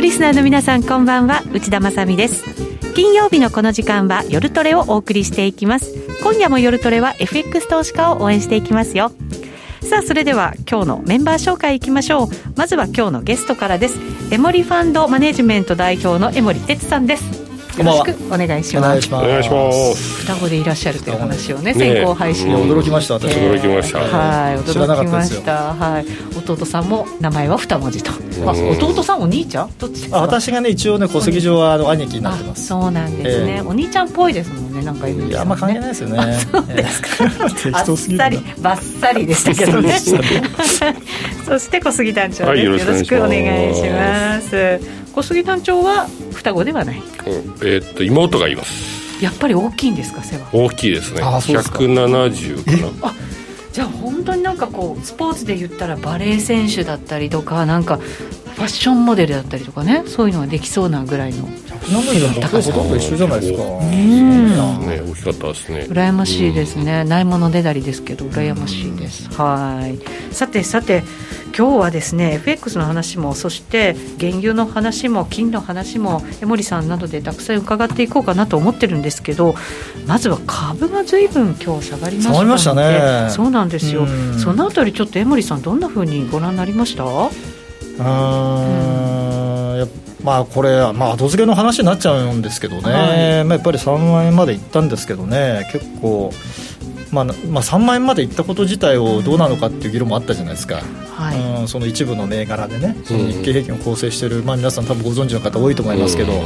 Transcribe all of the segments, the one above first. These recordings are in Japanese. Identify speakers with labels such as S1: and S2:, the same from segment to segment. S1: リスナーの皆さんこんばんは内田まさみです金曜日のこの時間は夜トレをお送りしていきます今夜も夜トレは FX 投資家を応援していきますよさあそれでは今日のメンバー紹介いきましょうまずは今日のゲストからですエモリファンドマネジメント代表の江森哲さんですよ
S2: こんばん
S1: ろ
S2: は
S1: しくお願いし
S2: お
S1: ま
S2: 願い
S1: す
S2: しま
S3: お
S2: す
S3: 願いします。
S1: 双子でいらっしゃるという話をね
S3: ねえ
S1: 先行配信を
S3: うん
S2: 驚きました私
S3: 驚きました
S1: はい、
S2: 知らなか
S1: 驚
S2: っ
S1: き
S2: た
S1: ま
S2: ですよ
S1: した。はい、弟さんも名前は二文字と。
S3: ん
S1: あ、弟さんお兄ちゃん？どっちですか？
S2: あ私がね一応ね戸籍上はあの兄貴になってま
S1: あ
S2: す
S1: そうなんですね、
S2: ええ
S1: お兄ちゃんっぽいですもんね。なんかイメー
S2: い
S1: ジ
S2: やあんま関係ないですよねそうですか適
S1: あっ
S2: 当すぎ
S1: さり
S2: るな
S1: バッサリでしたけどね
S2: バッサリでし。
S1: そして小杉団長です、
S3: はい
S1: よ
S3: よ
S1: ろ
S3: ろ
S1: し
S3: し
S1: く
S3: く
S1: お
S3: お
S1: 願
S3: 願
S1: い
S3: い
S1: し
S3: し
S1: ま。
S3: ます
S1: 小杉団長は双子ではない。
S3: うんえーっと妹がいます。
S1: やっぱり大きいんですか背は。
S3: 大きいですね。
S2: あそうですか
S3: 百七十かな。
S1: じゃあ本当になんかこうスポーツで言ったらバレー選手だったりとかなんかファッションモデルだったりとかねそういうのができそうなぐらいの
S2: 百何文字の僕ほとんど一緒じゃないですか
S1: ん
S3: ね大きかったですね。
S1: 羨ましいですね、ないものねだりですけど羨ましいです、はいさてさて今日はですね FX の話もそして原油の話も金の話も江守さんなどでたくさん伺っていこうかなと思ってるんですけどまずは株が随分今日下がりましたので
S2: 下がりましたね
S1: そうなんですよ
S2: うん
S1: そのあたりちょっと江守さんどんなふうにご覧になりました
S2: うーんやっまあこれはまあ後付けの話になっちゃうんですけどね、
S1: はい
S2: まあ、やっぱり3万円まで行ったんですけどね結構、まあなまあ、3万円まで行ったこと自体をどうなのかっていう議論もあったじゃないですか、
S1: はい、
S2: うん、その一部の銘柄でねその日経平均を構成している、まあ、皆さん多分ご存知の方多いと思いますけど、
S3: うん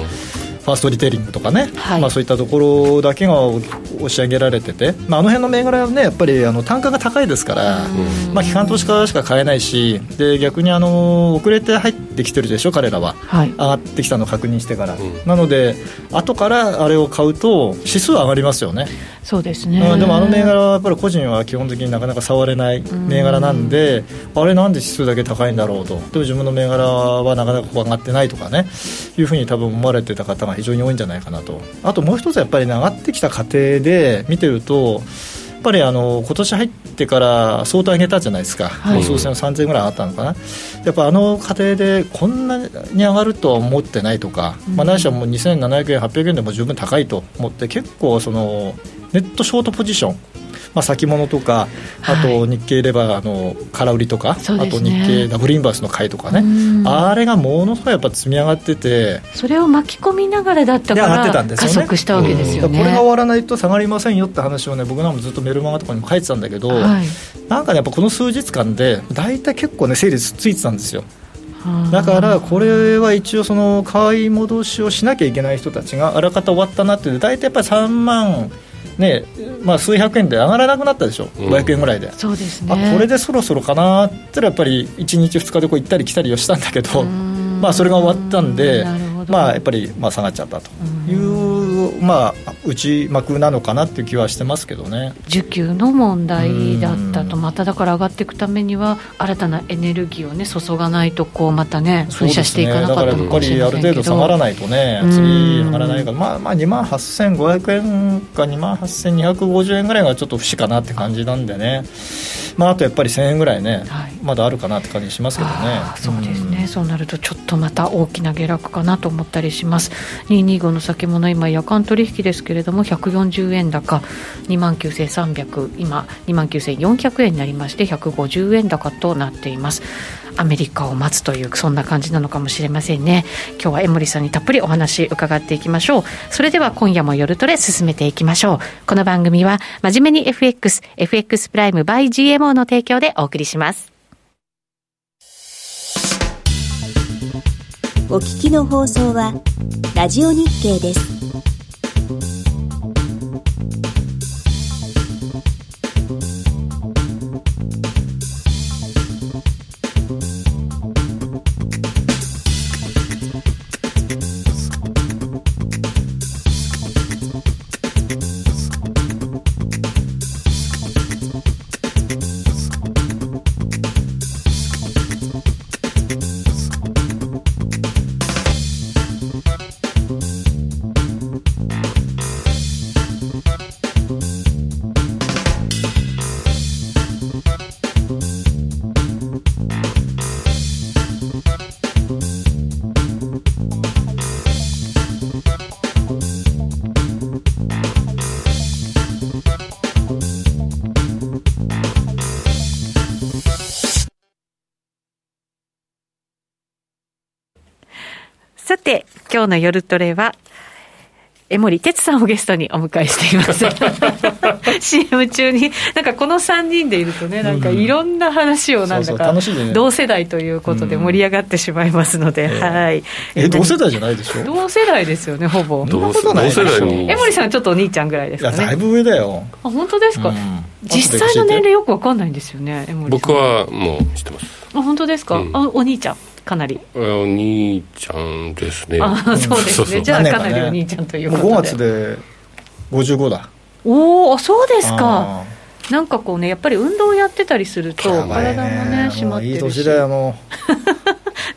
S2: ファーストリテイリングとかね、
S1: はい
S2: まあ、そういったところだけが押し上げられてて、まあ、あの辺の銘柄はねやっぱりあの単価が高いですから。
S1: うん
S2: まあ、機関投資家しか買えないしで逆にあの遅れて入ってきてるでしょ、彼らは
S1: はい
S2: 上がってきたのを確認してから、
S3: ん
S2: なので後からあれを買うと指数は上がりますよね、
S1: そうですね、
S2: うんでもあの銘柄はやっぱり個人は基本的になかなか触れない銘柄なんで、あれなんで指数だけ高いんだろうとでも自分の銘柄はなかなかこう上がってないとかねいうふうに多分思われてた方が非常に多いんじゃないかなとあともう一つやっぱりね上がってきた過程で見てるとやっぱりあの今年入ってから相当上げたじゃないですか、
S1: はい
S2: 総選3000ぐらい上がったのかな、やっぱあの過程でこんなに上がるとは思ってないとか、
S1: うん
S2: まあ、ないしはもう2700円、800円でも十分高いと思って、結構その、ネットショートポジション、まあ、先物とか、あ
S1: は
S2: と日経レバーの空売りとか、
S1: そう
S2: あ
S1: で
S2: と
S1: すね
S2: 日経ダブルインバースの買いとかね、
S1: うん
S2: あれがものすごいやっぱ積み上がってて、
S1: それを巻き込みながらだったか
S2: で上がってた
S1: ら
S2: んですよ
S1: 加
S2: ね
S1: 速したわけですよ
S2: こ
S1: ね。
S2: れが終わらないと下がりませんよって話をね、僕らもずっとメルマガとかにも書いてたんだけど、
S1: はい
S2: なんかね、やっぱこの数日間で、大体結構ね、整理ついてたんですよ。だからこれは一応その買い戻しをしなきゃいけない人たちがあらかた終わったなっていう大体やっぱり3万、ねまあ、数百円で上がらなくなったでしょ、
S3: うん
S2: 500円ぐらいで。
S1: そうですね
S2: あこれでそろそろかなって言ったらやっぱり1日2日でこう行ったり来たりをしたんだけど、
S1: うん
S2: まあ、それが終わったんで
S1: なるほ、ど
S2: まあ、やっぱりまあ下がっちゃったという、まあ、内幕なのかなっていう気はしてますけどね。
S1: 需給の問題だったと
S2: うん
S1: まただから上がっていくためには新たなエネルギーをね注がないとこうまたね噴射していかなかったのかもしれ
S2: そうですねだからやっぱ
S1: ま
S2: りある
S1: せんけど
S2: 程度下がらないとね
S1: うん
S2: 次上がらないから、まあ、まあ2万8500円か2万8250円ぐらいがちょっと不死かなって感じなんでね、まあ、あとやっぱり1000円ぐらいね、
S1: はい
S2: まだあるかなって感じしますけどね
S1: あーそうですね、そうなるとちょっとまた大きな下落かなと思ったりします225の先物今夜間取引ですけれども140円高2万9300今2万9400円になりまして150円高となっていますアメリカを待つというそんな感じなのかもしれませんね今日は江森さんにたっぷりお話伺っていきましょうそれでは今夜も夜トレ進めていきましょうこの番組は真面目に FXFX プライム by GMO の提供でお送りします
S4: お聞きの放送はラジオ日経です。
S1: 今日の夜トレは、江森哲さんをゲストにお迎えしています CM 中になんかこの3人でいるとねなんかいろんな話をなんだ
S2: そうそう
S1: か
S2: 楽しいね
S1: 同世代ということで盛り上がってしまいますので、
S2: ん
S1: はい
S2: え同世
S1: 代
S2: 代じゃないでしょ
S1: 同世代ですよねほぼ
S3: 同
S2: そんなことないでしょ
S3: 同世代に
S1: 江森さんはちょっとお兄ちゃんぐらいです
S2: いや
S1: かね
S2: だいぶ上だよ
S1: あ本当ですか、
S2: うん
S1: 実際の年齢よくわかんないんですよね江森さん
S3: 僕はもう知ってます
S1: あ本当ですか、
S3: うん
S1: あお兄ちゃんかなり
S3: あお兄ちゃんですね
S1: あそうですね
S3: そうそう
S1: じゃあ
S2: 何年
S1: か
S2: か
S1: な
S2: ね
S1: りお兄ちゃんということで
S2: 5月で55だ
S1: おおそうです
S2: あ
S1: かなんかこうねやっぱり運動やってたりすると
S2: ー
S1: 体もね締ま
S2: も
S1: っ
S2: うい
S1: て
S2: い
S1: る
S2: 年
S1: し
S2: だよも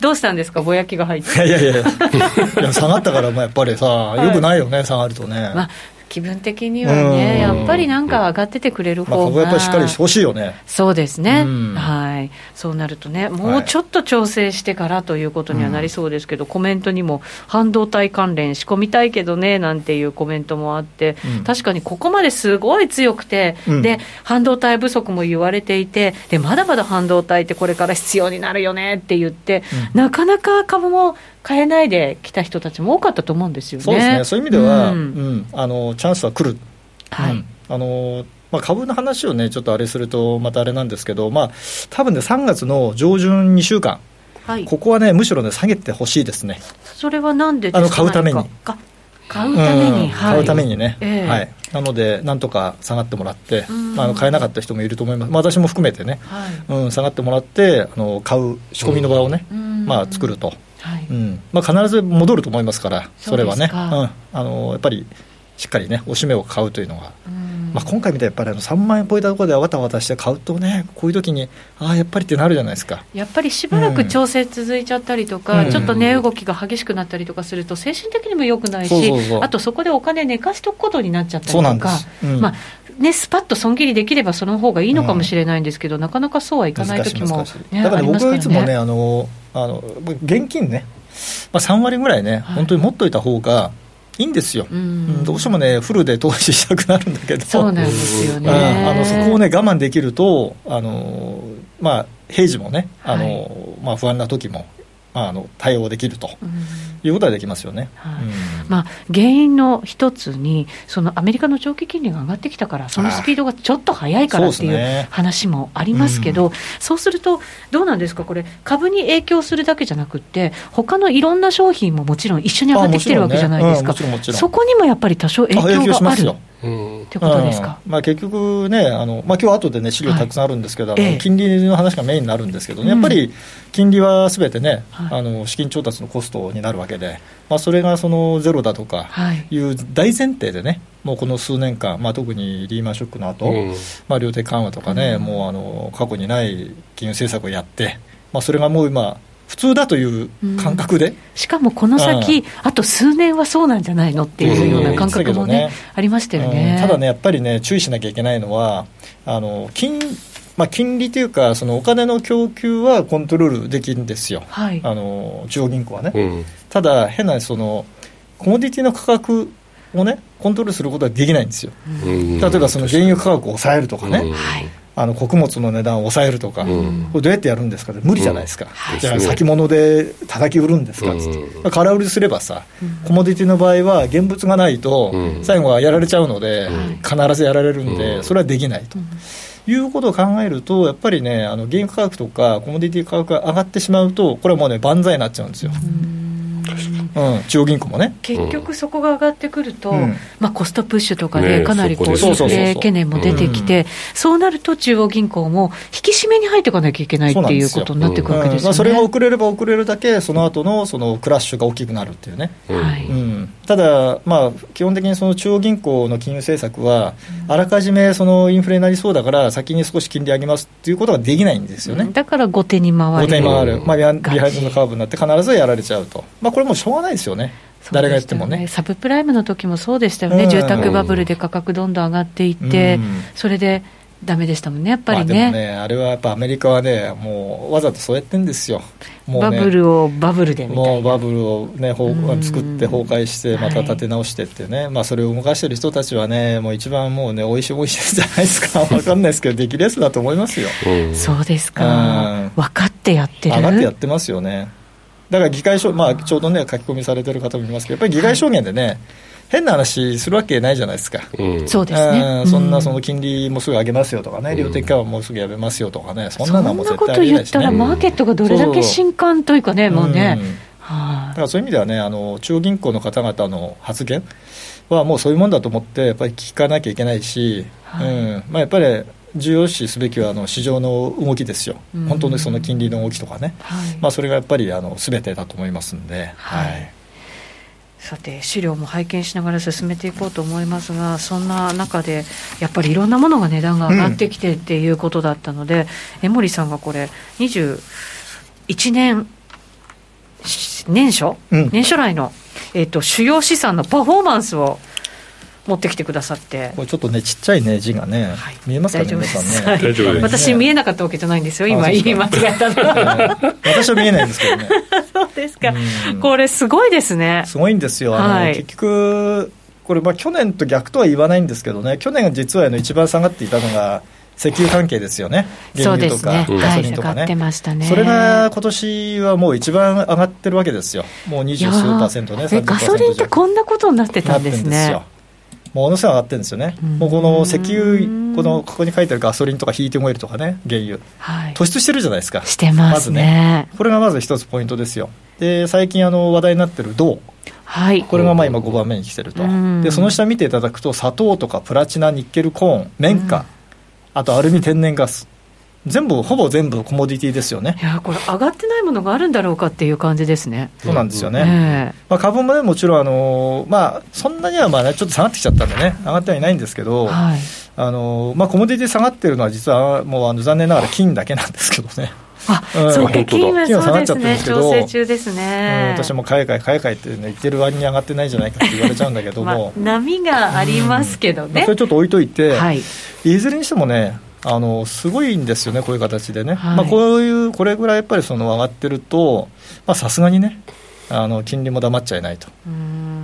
S1: どうしたんですかぼやきが入って
S2: ういやいやいやいや下がったからまあやっぱりさ、
S1: い
S2: よくないよね下がるとね
S1: まあ気分的にはね
S2: うん
S1: やっぱりなんか上がっててくれる
S2: まあ、
S1: 方
S2: ここ
S1: が、
S2: やっぱりしっかりしてほしいよね。
S1: そうですね、
S2: うん
S1: はい、そうなるとね、もうちょっと調整してからということにはなりそうですけど、コメントにも、半導体関連、仕込みたいけどねなんていうコメントもあって、
S2: うん
S1: 確かにここまですごい強くて、
S2: うん
S1: で、半導体不足も言われていてで、まだまだ半導体ってこれから必要になるよねって言って、
S2: うん
S1: なかなか株も買えないで来た人たちも多かったと思うんですよね。
S2: そうですね。そういう意味では、
S1: う
S2: うんん、あのチャンスは来る。
S1: はい
S2: うんあのまあ株の話をねちょっとあれするとまたあれなんですけど、まあ多分ね3月の上旬2週間、
S1: はい、
S2: ここはねむしろね下げてほしいですね。
S1: それはなんでですか
S2: あの買うために
S1: 何かあ買うために、
S2: うん
S1: はい、
S2: 買うためにね、
S1: ええ
S2: はい。なのでなんとか下がってもらって、
S1: うん
S2: まああの買えなかった人もいると思います。まあ私も含めてね、
S1: はい
S2: うん下がってもらってあの買う仕込みの場をね、まあ作る
S1: と、
S2: と。
S1: はい
S2: うんまあ、必ず戻ると思いますから、
S1: そう
S2: そ
S1: で
S2: れ
S1: すか
S2: はね、うん、あのやっぱりしっかりね、おしめを買うというのが、
S1: うん
S2: まあ、今回みたいにやっぱりあの3万円超えたところでわたわたして買うとね、こういう時に、ああ、やっぱりってなるじゃないですか。
S1: やっぱりしばらく調整続いちゃったりとか、
S2: うん
S1: ちょっと値動きが激しくなったりとかすると、精神的にも良くないし、
S2: そうそうそう
S1: あとそこでお金寝かしとくことになっちゃったりと
S2: そうなんで
S1: か
S2: す、うん
S1: まあね、スパッと損切りできれば、その方がいいのかもしれないんですけど、なかなかそうはいかない
S2: 難し
S1: 時
S2: い
S1: も
S2: 難しい、
S1: ね、
S2: だから
S1: ありま
S2: 僕
S1: す
S2: は
S1: ら
S2: いつもね、あのあの現金ね、まあ、3割ぐらいね、
S1: はい
S2: 本当に持っといた方がいいんですよ、
S1: うん
S2: うんどうしてもね、フルで投資したくなるんだけど、
S1: そうなんですよ
S2: うん
S1: ね。
S2: あのそこをね、我慢できると、あのまあ、平時もね、あの
S1: はい
S2: まあ、不安な時も、まあ、あの対応できると
S1: うん
S2: いうことはできますよね。
S1: はい
S2: うん
S1: まあ、原因の一つに、そのアメリカの長期金利が上がってきたから、そのスピードがちょっと速いからって
S2: そう
S1: い
S2: です
S1: う
S2: ね
S1: 話もありますけど、そうすると、どうなんですか、これ、株に影響するだけじゃなくって、他のいろんな商品ももちろん一緒に上がってきてるわけじゃないです
S2: あ
S1: か
S2: もちろんねうんもちろんもちろん
S1: そこにもやっぱり多少影
S2: あ影響
S1: 響
S2: し
S1: が
S2: ま
S1: あ
S2: す
S1: るっ
S2: よ
S3: うん
S1: てことですか。
S2: うんまあ、結局ね、あのまあ今日後でね、資料たくさんあるんですけど、
S1: はい
S2: あの
S1: ええ
S2: 金利の話がメインになるんですけどね、
S1: うん
S2: やっぱり金利はすべてね、
S1: はい
S2: あの、資金調達のコストになるわけで、まあ、それがそのゼロだとか
S1: はい
S2: いう大前提でね、もうこの数年間、まあ、特にリーマンショックの後、
S3: うん
S2: まあ、量的緩和とかね、もうあの過去にない金融政策をやって、まあ、それがもう今、普通だという感覚で、
S1: しかもこの先、あと数年はそうなんじゃないのっていうような感覚も
S2: う
S1: ね
S2: ん、
S1: ありましたよ
S2: う
S1: ね
S2: ん。ただね、やっぱりね、注意しなきゃいけないのは、あの金まあ、金利というか、そのお金の供給はコントロールできるんですよ、
S1: はい、
S2: あの中央銀行はね。
S3: うん
S2: ただ、変なそのコモディティの価格をね、コントロールすることはできないんですよ。
S3: うん
S2: 例えばその原油価格を抑えるとかね、
S3: うん
S1: はい
S2: あの穀物の値段を抑えるとか、
S3: うん
S2: これどうやってやるんですかって無理じゃないですか、
S3: うん
S2: じゃ
S3: で
S2: あ
S3: すね
S2: 先物で叩き売るんですかっつって、
S3: うん
S2: まあ空売りすればさ、
S1: うん
S2: コモディティの場合は現物がないと
S3: う、ん
S2: 最後はやられちゃうので、
S3: うん
S2: 必ずやられるんで、
S3: うん
S2: それはできないと。いうことを考えると、やっぱりね、あの原油価格とかコモディティ価格が上がってしまうと、これはもうね、万歳になっちゃうんですよ、うん、中央銀行もね。
S1: 結局そこが上がってくると、
S2: うん
S1: まあ、コストプッシュとか
S3: ね
S1: で
S3: え
S1: かなりこう
S3: そこです
S2: ね
S1: インフレ懸念も出てきて、そうなると中央銀行も引き締めに入っていかなきゃいけないっていうことになっていくわけで
S2: うん
S1: す
S2: ま
S1: よね。
S2: あ、それが遅れれば遅れるだけ、その後のそのクラッシュが大きくなるっていうね。
S3: うん
S1: はい
S2: うん、ただ、まあ、基本的にその中央銀行の金融政策は、あらかじめそのインフレになりそうだから、先に少し金利上げますっていうことができないんですよね。
S1: だから後手に回
S2: 後手
S1: る
S2: に回る、
S3: うん
S2: まあ、リハリ
S1: ガチ
S2: ハイブのカーブになって、必ずやられちゃうと、まあ、これもうしょうがないですよね、誰がやってもね。
S1: サブプライムの時もそうでしたよね、
S2: うん
S1: 住宅バブルで価格どんどん上がっていって、
S2: うん
S1: それでダメでしたもんね、やっぱり
S2: まあ、
S1: ね,、
S2: でもね、あれはやっぱアメリカはね、もうわざとそうやってんですよ、もうね、
S1: バブルをバブルでみた
S2: も
S1: いうな。
S2: バブルを、ね、ほ
S1: うん
S2: う作って崩壊して、また
S1: はい
S2: 立て直してってね、まあ、それを動かしてる人たちはね、もう一番もうね、おいしいおいしいじゃないですか、 わかんないですけど、出来レースだと思いますよ、
S3: うん
S1: そうです
S2: う
S1: か
S2: ん、
S1: 分かってやってる
S2: 上がってやってますよね、だから議会証、まあ、ちょうどね、書き込みされてる方もいますけど、やっぱり議会証言でね、変な話するわけないじゃないですか。
S3: うん
S1: そうですね
S2: うんそんなそ
S1: うん
S2: の金利もすぐ上げますよとかね、量的緩和もすぐやめますよとかね、そん
S1: そ
S2: なんの
S1: な
S2: はもう絶
S1: こ
S2: 対
S1: と
S2: ありえ
S1: 言
S2: な
S1: っ
S2: いし
S1: た
S2: ね。
S1: ら、マーケットがどれだけ敏感というかね、もうね
S2: ん、だ
S1: は
S2: からそういう意味ではね、あの中央銀行の方々の発言は、もうそういうもんだと思って、やっぱり聞かなきゃいけないし、
S1: はい
S2: うんまあ、やっぱり重要視すべきはあの市場の動きですよ
S1: うん、
S2: 本当にその金利の動きとかね、
S1: はい
S2: まあ、それがやっぱりすべてだと思いますんで。
S1: はい
S2: はい
S1: さて資料も拝見しながら進めていこうと思いますがそんな中でやっぱりいろんなものが値段が上がってきてっていうことだったので、江守さんがこれ21年し年初、
S2: うん
S1: 年初来の、えっと主要資産のパフォーマンスを持ってきてくださって
S2: こ。れちょっとね、ちっちゃいね、字がね、
S1: はい
S2: 見えますかね、
S1: 大丈夫
S2: 皆
S1: で
S2: さん
S1: す
S2: ね。
S3: 大丈夫です
S1: 私見
S2: え
S1: えなかったわけじゃないんですよ、
S2: あ
S1: 今、
S2: そう
S1: 言
S2: ですか
S1: い間違えた の。
S2: 私は見えないんですけ どね。
S1: そうですか、
S2: うん
S1: これ、すごいですね。
S2: すごいんですよ、あの
S1: はい
S2: 結局、これ、まあ、去年と逆とは言わないんですけどね、去年が実はあの一番下がっていたのが、石油関係ですよね、原
S1: そう
S2: 油
S1: で
S2: と
S1: す
S2: か
S1: ね、、
S3: うん
S2: ガ
S1: は
S2: ソ
S1: い、
S2: リン
S1: 下
S2: とか
S1: がって
S2: ね。
S1: ましたね。
S2: それが今年はもう一番上がってるわけですよ、もう二
S1: い
S2: 十
S1: や
S2: 数
S1: ー
S2: パーセント
S1: え
S2: ね、30%
S1: ガソリンってこんなことになってたんです
S2: なって
S1: ね
S2: よ。ものすごい上がってるんですよね、
S1: うん
S2: もうこの石油、このここに書いてあるガソリンとかヒーティングオイルとかね、原油、
S1: はい。
S2: 突出してるじゃないですか、
S1: してますね。
S2: これがまず一つポイントですよ。で、最近あの話題になってる銅。
S1: はい。
S2: これがまあ今5番目に来てると
S1: うん。
S2: で、その下見ていただくと、砂糖とかプラチナ、ニッケル、コーン、綿
S1: うん
S2: 花、あとアルミ天然ガス。全部、ほぼ全部コモディティですよね
S1: い。や、これ上がってないものがあるんだろうかっていう感じですね。
S2: そうなんですよね。
S1: え
S2: まあ、株もね、もちろん、あのーまあ、そんなにはまあ、ね、ちょっと下がってきちゃったんでね、上がってはいないんですけ
S1: え
S2: ど、
S1: はい。
S2: あのーまあ、コモディティ下がってるのは、実はもうあの残念ながら金だけなんですけどね。
S1: あ、
S2: うん
S1: そうか、
S3: 本当だ
S1: 金は
S2: 金は下
S1: そう
S2: が
S1: で
S2: っちゃ
S1: す
S2: ってるん
S1: ね
S2: で。すけど
S1: 調整中です
S2: うん
S1: ね。
S2: 私も買い替え、買い替えって、ね、言ってる割に上がってないじゃないかって言われちゃうんだけ ど
S1: ま
S2: も
S1: あ、、波がありますけど
S2: まあ
S1: ね
S2: そ。れちょっと置いといて、
S1: はい。
S2: いずれにしてもね、あのすごいんですよね、こういう形でね、
S1: はい
S2: まあ、こういう、これぐらいやっぱりその上がってると、まあさすがにね、あの金利も黙っちゃいないと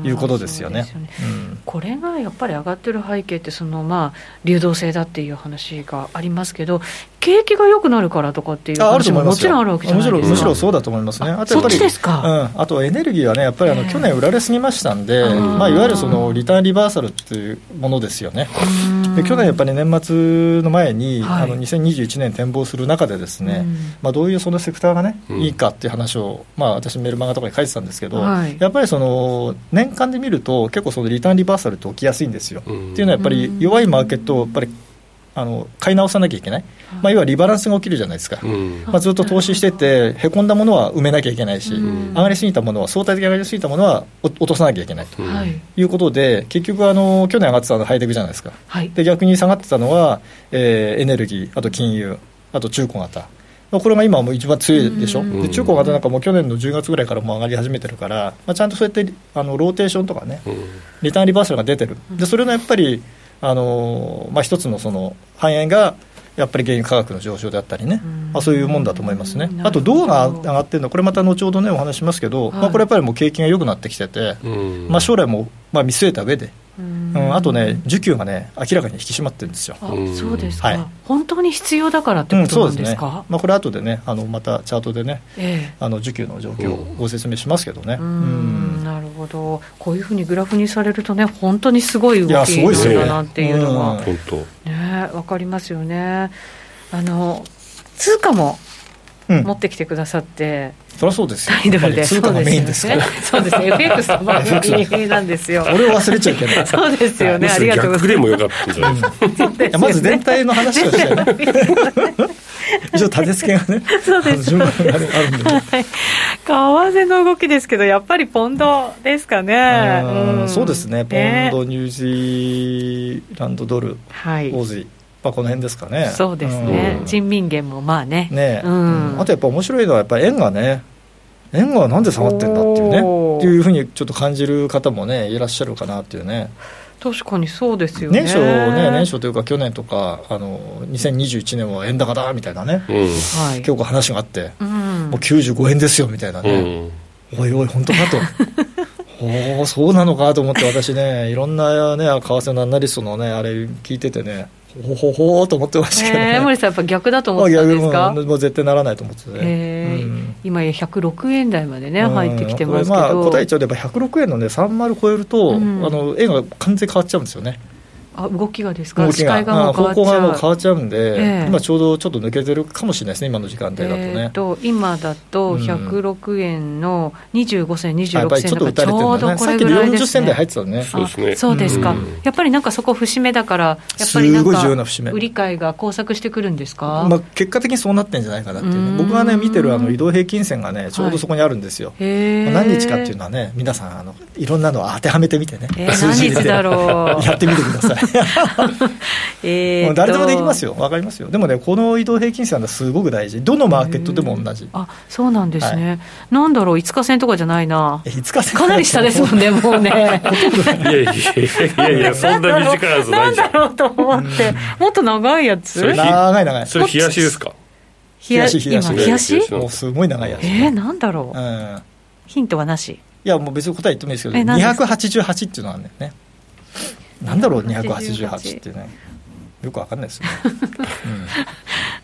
S2: い
S1: いう
S2: ことですよね。うん
S1: これがやっぱり上がってる背景ってその、まあ、流動性だっていう話がありますけど景気が良くなるからとかっていう
S2: あある
S1: 話
S2: と思
S1: も
S2: いま
S1: も
S2: す
S1: ち
S2: よ
S1: ろんあるわけじゃないで
S2: む
S1: す
S2: し
S1: か
S2: ろむしろそうだと思いますね、あとやっぱり
S1: そっちですか
S2: うん、あとはエネルギーはね、やっぱりあの、
S1: ええ
S2: 去年売られすぎましたんで、
S1: あー
S2: まあ、いわゆるそのリターンリバーサルっていうものですよね。で去年やっぱり年末の前に、
S1: はい
S2: あの2021年展望する中でですね、
S1: うん
S2: まあ、どういうそのセクターがね、
S3: うん
S2: いいかっていう話を、まあ、私メルマガとかに書いてたんですけど、
S1: はい
S2: やっぱりその年間で見ると結構そのリターンリバーサルって起きやすいんですよ。
S3: うん
S2: っていうのはやっぱり
S1: うん
S2: 弱いマーケットをやっぱりあの買い直さなきゃいけない、まあ、要はリバランスが起きるじゃないですか。
S3: うん
S2: まあ、ずっと投資してて、へこんだものは埋めなきゃいけないし、
S1: うん
S2: 上がりすぎたものは、相対的に上がりすぎたものはお落とさなきゃいけないと
S3: うん
S1: はい
S2: いうことで、結局、あの去年上がってたのはハイテクじゃないですか、
S1: はい
S2: で逆に下がってたのは、えーエネルギー、あと金融、あと中古型、まあこれが今、もう一番強いでしょ、
S1: うん
S2: で中古型なんかもう去年の10月ぐらいからもう上がり始めてるから、まあ、ちゃんとそうやってあのローテーションとかね、
S3: う
S2: リターンリバーサルが出てる、でそれのやっぱり、あのーまあ、一つのその反映が、やっぱり原油価格の上昇であったりね
S1: うん、
S2: まあ、そういうもんだと思いますね
S1: うん、
S2: あと銅
S1: な
S2: が
S1: る
S2: 上
S1: ほど
S2: がってるのは、これまた後ほどね、お話しますけど、
S1: はい
S2: まあ、これやっぱりもう景気が良くなってきてて、
S3: ん
S2: まあ、将来もまあ見据えた上で、
S1: うん
S2: うん、あとね、需給がね、明らかに引き締まってるんですよ。
S1: あ
S3: うん
S1: そうですか、
S2: はい
S1: 本当に必要だからって
S2: う
S1: こ
S2: ん、そ
S1: と
S2: う
S1: な
S2: で
S1: ん
S2: す
S1: で
S2: ね
S1: す、か、
S2: まあ、これ、後でね、あのまたチャートでね、
S1: ええ
S2: あの需給の状況を
S3: うん
S2: ご説明しますけどね。
S1: う
S2: うんん
S1: なるほどこういうふうにグラフにされるとね本当にすごい動き
S2: いやすご
S1: な
S2: い
S3: です
S1: ん
S3: ね
S1: だなっていうのは、
S2: うん
S3: 本当
S1: ねわかりますよねあの通貨も
S2: うん
S1: 持ってきてくださって、
S2: そりゃそうですよ
S1: タイドル
S2: やっぱ
S1: で
S2: り通貨がメインですから、
S1: そうですねそうですね FX の番組なんですよ
S2: 俺を忘れちゃいけない。
S1: そうですよねありがとうござい
S3: 逆で
S1: ま
S3: もよかったんじゃないですか
S1: す
S2: いやまず全体の話 をしてね。一応、立て付けがね、
S1: そうです
S2: あの順番があるあるんでね。
S1: 為替の動きですけどやっぱりポンドですかね、
S2: うん
S1: ん
S2: そうですね、ポンド、
S1: ね
S2: ニュージーランドドル、
S1: はい
S2: オーズイ、まあ、この辺ですかね。
S1: そうですね、
S2: うん
S1: 人民元もまあね
S2: ねえ、
S1: うん
S2: あとやっぱ面白いのはやっぱ円がね円がなんで下がってんだっていう
S1: おー
S2: ねっていうふうにちょっと感じる方もねいらっしゃるかなっていうね
S1: 確かにそうですよね
S2: 年初ね年初というか去年とかあの2021年は円高だみたいなね
S3: う
S1: はい
S2: 結構話があって、
S1: うん
S2: もう95円ですよみたいなん ね、
S3: うん
S2: おいおい本当か とおおそうなのかと思って私ねいろんなね為替のアナリストのねあれ聞いててねほほほーと思ってましたけどね、
S1: えー、森さんやっぱ逆だと思ってたんです
S2: まあ
S1: か
S2: 逆ももう絶対ならないと思ってて、
S1: えー
S2: うん
S1: 今や106円台までね、
S2: うん
S1: 入ってきてますけど、
S2: これまあ、答えちゃうとやっぱ106円のね30超えると、
S1: うん
S2: あの円が完全に変わっちゃうんですよね
S1: あ動きがですか
S2: 動
S1: 視
S2: き
S1: 界
S2: が
S1: がも
S2: あ
S1: う変わ
S2: 方
S1: っ
S2: 向
S1: ち
S2: が
S1: ゃ
S2: もう
S1: う
S2: 変わっちゃうんで、
S1: ええ
S2: 今ちょうどちょっと抜けてるかもしれないですね今の時間帯だと
S1: え
S2: ね
S1: ー、、と今だと106円の25銭、
S2: あやっぱ
S1: 26
S2: りちょ
S1: 銭
S2: っと打
S1: だか
S2: たれ
S1: ら
S2: て
S1: ちょうんど
S2: るだね
S1: こ
S2: さっ
S1: れ
S2: き
S1: ぐ
S2: で
S1: らいで
S2: 40
S1: す
S2: 銭
S1: ね
S2: 台入ってたのね
S3: そうですね
S1: あそうですか、
S3: うん
S1: やっぱりなんかそこ、節目だから、やっぱり
S2: す
S1: なん
S2: ごい重要な
S1: か、
S2: 節目
S1: 売り買いが交錯してくるんですか、
S2: まあ、結果的にそうなってんじゃないかなっていうね
S1: うーん
S2: 僕がね見てるあの移動平均線がねちょうどそこにあるんですよ、
S1: へー
S2: まあ何日かっていうのはね皆さんあのいろんなのを当てはめてみてね、
S1: えー何日だろう
S2: やってみてください
S1: えー
S2: もう
S1: と
S2: 誰でもできますよ、わかりますよ、でもね、この移動平均線はすごく大事、どのマーケットでも同じ、
S1: あそうなんですね、なんだろう、5日線とかじゃないな
S2: え、5日線
S1: かなり下です もんね、もうね。
S3: いやいやいやいやいや、そんな短いはずないじゃ
S1: なん
S3: ん。
S1: だろうと思って、もっと長いやつ
S3: それ
S2: 長い長い、
S3: それ、冷やしですか
S1: 冷や
S2: 冷やし
S1: 今、
S2: 冷
S1: 冷
S2: や
S1: や
S3: し
S1: し
S2: もうすごい長いやつ、
S1: えー、なんだろ
S2: う
S1: う、
S2: ん、
S1: ヒントはなし。
S2: いや、もう別に答え言ってもいいですけど、
S1: え何ですか
S2: 288っていうのがあるんだよね、なんだろう、
S1: 288
S2: 288っていうね、よくわかんないですよね、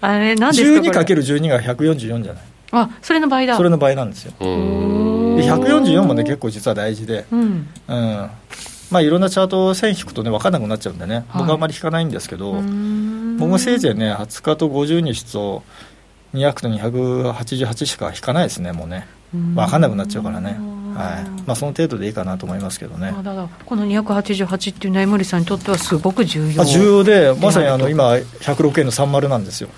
S1: あれ、なんですかこれ
S2: 12×12 が144じゃない、
S1: あ、それの倍だ。
S2: それの倍なんですよ、
S3: う
S1: ー
S3: ん。
S2: で144もね、結構実は大事で。
S1: うん。
S2: うんまあ、いろんなチャートを線引くとね分かんなくなっちゃうんでね、
S1: はい
S2: 僕はあんまり引かないんですけど、僕
S1: 僕
S2: もせいぜいね20日と50日と200と288しか引かないですねもうね分かんなくなっちゃうからね、はいまあ、その程度でいいかなと思いますけどね
S1: あだだこの288っていうのは江森さんにとってはすごく重要
S2: あ重要でまさにあの今106円の30なんですよ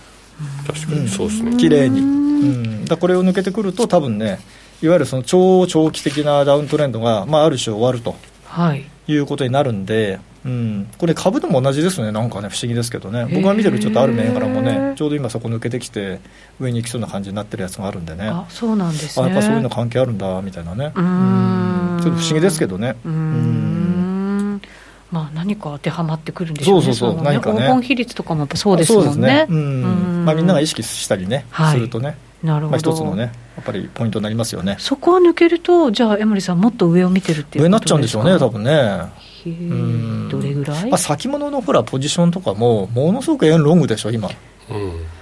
S3: 確かに、そうですね。
S2: 綺麗にうんだこれを抜けてくると多分ねいわゆるその超長期的なダウントレンドが、まあ、ある種終わると
S1: はい
S2: いうことになるんで、うん、これ株でも同じですねなんかね不思議ですけどね僕が見てるちょっとある銘柄も
S1: へ
S2: ね
S1: ー
S2: ちょうど今そこ抜けてきて上に行きそうな感じになってるやつがあるんでね
S1: あそうなんです
S2: あ
S1: ね
S2: やっぱそういうの関係あるんだみたいなね
S1: うーん
S2: ちょっと不思議ですけどね
S1: うー
S2: うん
S1: んまあ何か当てはまってくるんでしょうね
S2: そうそうそう
S1: の
S2: 何かね
S1: 黄金比率とかもやっぱそうですもんね
S2: そうですねうん
S1: うん
S2: まあみんなが意識したりね
S1: はい
S2: するとね
S1: なるほ
S2: まあ
S1: ど、
S2: 一つのねやっぱりポイントになりますよね
S1: そこを抜けるとじゃあ江森さんもっと上を見てるっていう
S2: 上
S1: こ
S2: にな
S1: と
S2: っちゃうんでしょう
S1: す
S2: ね
S1: か
S2: 多分ね
S1: へえ
S2: うん
S1: どれぐらい、
S2: まあ先物のほらポジションとかもものすごく円ロングでしょ今
S3: うん。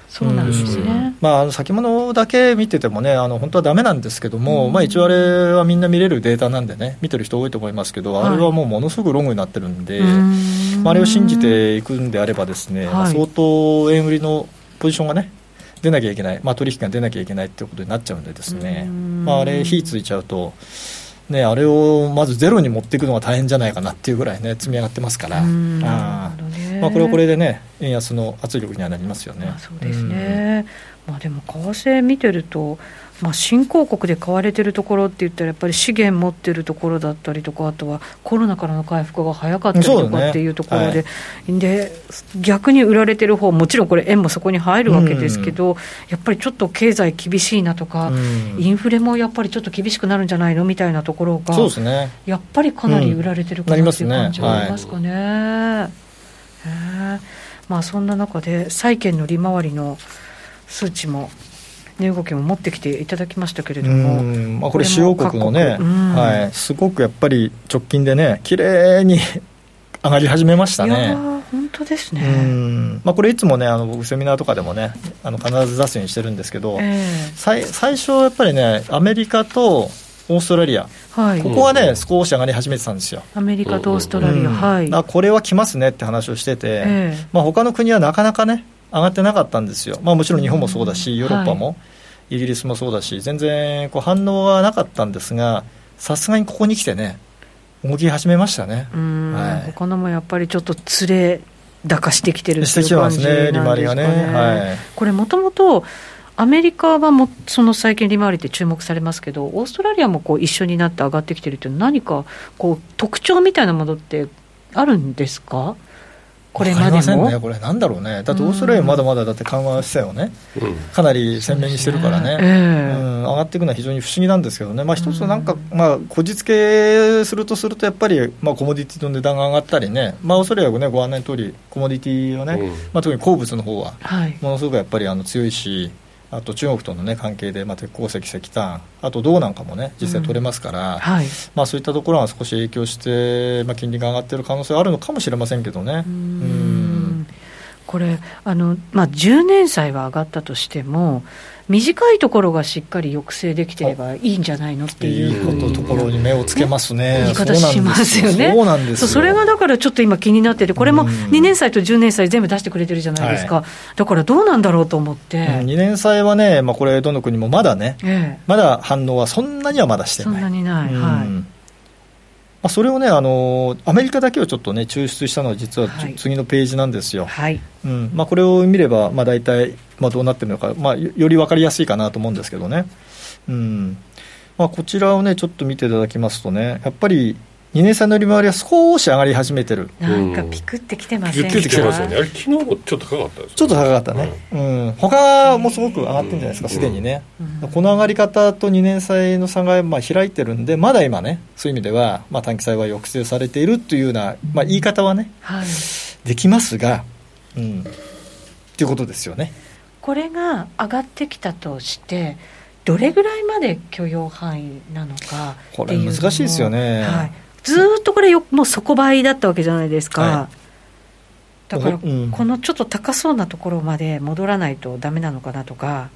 S1: そうなんですね、
S3: うん
S2: まあ、あの先物だけ見ててもね、あの本当はダメなんですけども、まあ、一応あれはみんな見れるデータなんでね、見てる人多いと思いますけど、
S1: はい
S2: あれはもうものすごくロングになってるんで、
S1: うーん
S2: まあ、あれを信じていくんであれば、ですね、
S1: はい
S2: まあ相当円売りのポジションがね、出なきゃいけない、まあ、取引が出なきゃいけないってことになっちゃうんで、ですね、
S1: うん
S2: まあ、あれ、火ついちゃうと、ね、あれをまずゼロに持っていくのが大変じゃないかなっていうぐらいね、積み上がってますから。
S1: うん
S2: あ
S1: な
S2: ー
S1: るほどね
S2: まあ、これはこれでね、円安の圧力にはなりますよね。
S1: まあそうですね、まあ、でも為替見てると、まあ、新興国で買われてるところって言ったらやっぱり資源持ってるところだったりとかあとはコロナからの回復が早かったり
S2: そ
S1: と
S2: う
S1: か
S2: だね
S1: っていうところで,、で逆に売られてる方もちろんこれ円もそこに入るわけですけど、やっぱりちょっと経済厳しいなとか、
S2: うん
S1: インフレもやっぱりちょっと厳しくなるんじゃないのみたいなところが
S2: そうですね
S1: やっぱりかなり売られてるか
S2: うん
S1: な
S2: なりま
S1: って
S2: す
S1: いう
S2: ね
S1: 感じはありますかね。へえまあそんな中で債券の利回りの数値も値動きも持ってきていただきましたけれど
S2: う
S1: も、
S2: んまあ、これ、主要国のね、
S1: これも各国うん
S2: はい、すごくやっぱり直近でね、綺麗に上がり始めました
S1: いや
S2: ね。
S1: ー本当です
S2: う
S1: ね。
S2: んまあ、これ、いつもね、あの僕、セミナーとかでもね、あの必ず出すようにしてるんですけど、
S1: え
S2: 最最初はやっぱりね、アメリカとオーストラリア、
S1: えはい
S2: こ。こは
S3: う
S2: ね、
S3: ん
S2: 少し上がり始めてたんですよ。
S1: アメリカとオーストラリア、
S2: うん
S1: はい。
S2: あこれは来ますねって話をしてて、
S1: ええ
S2: まあ他の国はなかなかね、上がってなかったんですよ、まあ、もちろん日本もそうだし、ヨーロッパも、イギリスもそうだし、全然こう反応はなかったんですが、さすがにここに来てね、動き始めましたね。
S1: うん、
S2: はい
S1: 他のもやっぱりちょっと連れ高してきてるって
S2: して
S1: い
S2: きて
S1: う
S2: ま
S1: 感
S2: す
S1: じ
S2: ね
S1: なんですかね。
S2: 利回りがねはい
S1: これもともとアメリカはもその最近利回りって注目されますけど、オーストラリアもこう一緒になって上がってきてるっていうのは何かこう特徴みたいなものってあるんですか？これま
S2: わ
S1: で
S2: かりません
S1: も。
S2: ね、これ、なんだろうね、だってオーストラリアまだまだだって緩和姿勢をね、
S3: うん。
S2: かなり鮮明にしてるからね、
S1: ええ
S2: うん、上がっていくのは非常に不思議なんですけどね、まあ、一つなんか、まあ、こじつけするとすると、やっぱり、まあ、コモディティの値段が上がったりね、まあ、おそらくね、ご案内の通り、コモディティはね、
S3: うん
S2: まあ、特に鉱物の方は、
S1: はい。
S2: ものすごくやっぱりあの強いし、あと中国との、ね、関係で、まあ、鉄鉱石、石炭、あと銅なんかもね、実際取れますから、
S1: はい。
S2: まあ、そういったところが少し影響して、まあ、金利が上がってる可能性はあるのかもしれませんけどね。うん
S1: これあの、まあ、10年債は上がったとしても短いところがしっかり抑制できてればいいんじゃないのって
S2: い
S1: い
S2: いうことところに目をつけますね。
S1: 言い方しますよね。
S2: そうなんです
S1: そうそれがだからちょっと今気になってて、これも
S2: うん
S1: 2年債と10年債全部出してくれてるじゃないですか。だからどうなんだろうと思って。
S2: 2年債はね、まあ、これ、どの国もまだね、
S1: え
S2: まだ反応はそんなにはまだし
S1: え、
S2: て
S1: そん
S2: ない。
S1: なにない。
S2: うん
S1: はい。
S2: まあ、それをね、あのアメリカだけをちょっとね、抽出したのは、実は
S1: はい
S2: 次のページなんですよ。
S1: はい。
S2: うんまあ、これを見れば、まあ、大体、まあ、どうなってるのか、まあ、よより分かりやすいかなと思うんですけどね、うんまあ、こちらをねちょっと見ていただきますとねやっぱり2年債の利回りは少し上がり始めてる
S1: なんかピクってきてません
S3: 言
S1: か。
S3: ってきてますよね。あれ昨日もちょっと高かったですよね
S2: ちょっと高かったね、うん他もすごく上がってるんじゃないですかすでにね、
S1: うん
S2: この上がり方と2年債の差がまあ開いてるんでまだ今ねそういう意味では、まあ、短期債は抑制されているというような、まあ、言い方はね
S1: はい。
S2: できますがうんっていうことですよね
S1: これが上がってきたとして、どれぐらいまで許容範囲なのかっていうのも
S2: これ難しいですよね
S1: はい。ずーっとこれよ、もう底倍だったわけじゃないですか。
S2: は
S1: だから、
S2: うん
S1: このちょっと高そうなところまで戻らないとダメなのかなとか、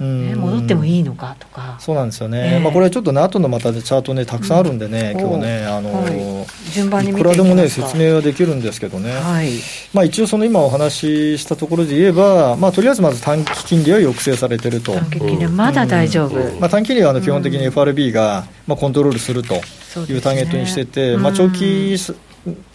S2: うん
S1: ね、戻ってもいいのかとか、
S2: そうなんですよね、
S1: ええ
S2: まあ、これはちょっとね後のまたねチャートねたくさんあるんでね、
S1: うん
S2: 今日ねあのー
S1: 順番に
S2: い
S1: 見
S2: く
S1: ていき
S2: らでも
S1: ま
S2: ね
S1: すか
S2: 説明はできるんですけどね、
S1: はい、
S2: まあ、一応その今お話ししたところで言えば、まあ、とりあえずまず短期金利は抑制されてると、
S1: 短期金利はまだ大丈夫、
S3: うんうん
S2: まあ、短期金利はあの基本的
S1: うん
S2: に FRB がまあコントロールすると
S1: そうです
S2: い
S1: ね
S2: うターゲットにしてて、まあ、
S1: うん
S2: 長期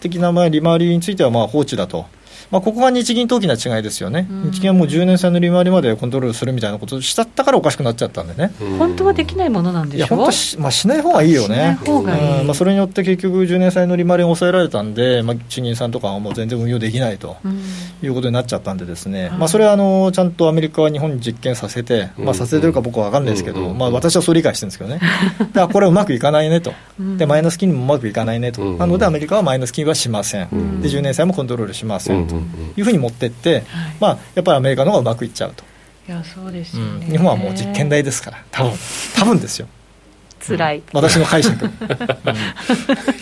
S2: 的なまあ利回りについてはまあ放置だと。まあ、ここが日銀と大きな違いですよね、
S1: うん
S2: 日銀はもう10年債の利回りまでコントロールするみたいなことをしちゃったからおかしくなっちゃったんでね、
S3: うん
S1: 本当はできないものなんで
S2: い
S1: しょ
S2: や本当はし,、まあ、しない方がいいよ
S1: しない
S2: ね、
S1: 方がいい、
S2: うんまあ、それによって結局、10年債の利回りが抑えられたんで、まあ、地銀さんとかはもう全然運用できないと。
S1: うん
S2: いうことになっちゃったんでです
S1: は
S2: ね、
S1: い
S2: まあ、それはあのちゃんとアメリカは日本に実験させて、
S3: うん
S2: まあ、させてるか僕は分かんないですけど、
S3: うん
S2: まあ、私はそう理解してるんですけどね、だからこれはうまくいかないねと
S1: うん、
S2: でマイナス金利もうまくいかないね
S3: う
S2: と、
S3: ん
S2: なのでアメリカはマイナス金利はしません、
S3: ん
S2: で10年債もコントロールしませんと
S3: うんうんうん
S2: いうふうに持ってって、まあ、やっぱりアメリカの方がうまくいっちゃうと、
S1: いやそうです
S2: う
S1: よね、
S2: ん日本はもう実験台ですから、多分多分ですよ、
S1: 辛い、
S2: 私の解釈。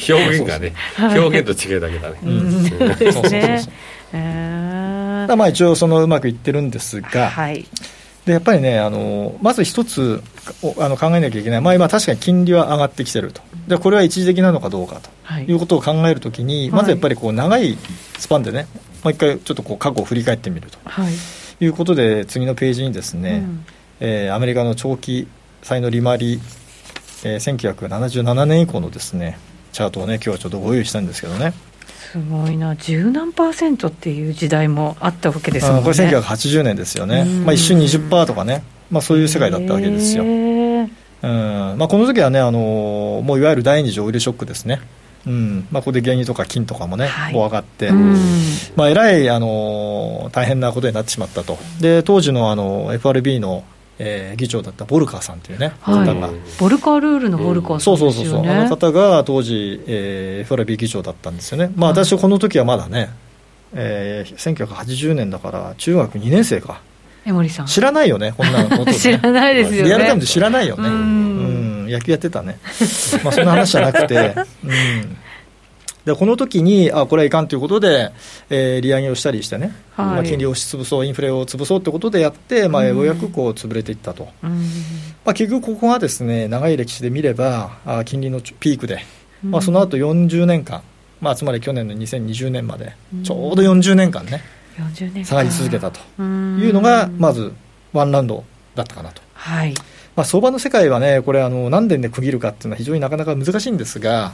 S3: 表現がね、表現と違いだけだね。
S1: うんで
S2: そ
S1: す
S2: うそうそう
S1: ね
S2: そう
S1: え
S2: た
S1: ー
S2: だまあ一応そのうまくいってるんですが、
S1: はい
S2: でやっぱりね、あのまず一つおあの考えなきゃいけない、まあ、今、確かに金利は上がってきてると、でこれは一時的なのかどうか
S1: は
S2: という
S1: い
S2: ことを考えるとき
S1: は
S2: に、
S1: い
S2: まずやっぱりこう長いスパンでね、もう一回ちょっとこう過去を振り返ってみると
S1: はい、
S2: いうことで、次のページにですね、
S1: うん
S2: えーアメリカの長期債の利回り、えー1977年以降のですねチャートをね、今日はちょっとご用意したんですけどね、
S1: すごいな十何パーセントっていう時代もあったわけですもん
S2: あ
S1: ね
S2: のこれ1980年ですよね、
S1: うん
S2: まあ、一瞬20%とかね、まあ、そういう世界だったわけですよ。
S1: へー
S2: うんまあ、この時はね、あのーもういわゆる第二次オイルショックですね、うんまあ、ここで原油とか金とかもね、
S1: はい
S2: もう上がって、
S1: うん
S2: まあ、えらい、あのー大変なことになってしまったと、で当時の、あの FRB の、えー議長だったボルカーさんというね、
S1: はい
S2: 方が。
S1: ボルカールールのボルカーさ
S2: そ
S1: ん
S2: うそ
S1: で
S2: う
S1: す
S2: そう
S1: よ
S2: そう、
S1: ね
S2: あの方が当時、えー FRB 議長だったんですよね、まあ、私はこの時はまだね、えー1980年だから、中学2年生か、
S1: 江森さん
S2: 知らないよね、こんなこと、ね、
S1: 知らないですよね
S2: リアルタイムで知らないよね、
S1: うん
S2: うん野球やってたね、まあ、そんな話じゃなく て、うん、でこの時にあこれはいかんということで、えー利上げをしたりしてね、
S1: はい
S2: まあ、金利を押し潰そう、インフレを潰そうということでやって、まあ、
S1: うん
S2: ようやくこう潰れていったと、
S1: うん
S2: まあ、結局、ここがですね長い歴史で見れば、あ金利のちょピークで、まあ、その後40年間、まあ、つまり去年の2020年まで
S1: うん、
S2: ちょうど40年間ね、
S1: 40年
S2: 下がり続けたと
S1: と
S2: いうのが、まずワンラウンドだったかなと。
S1: はい
S2: まあ、相場の世界はね、これあの、何年で区切るかっていうのは非常になかなか難しいんですが、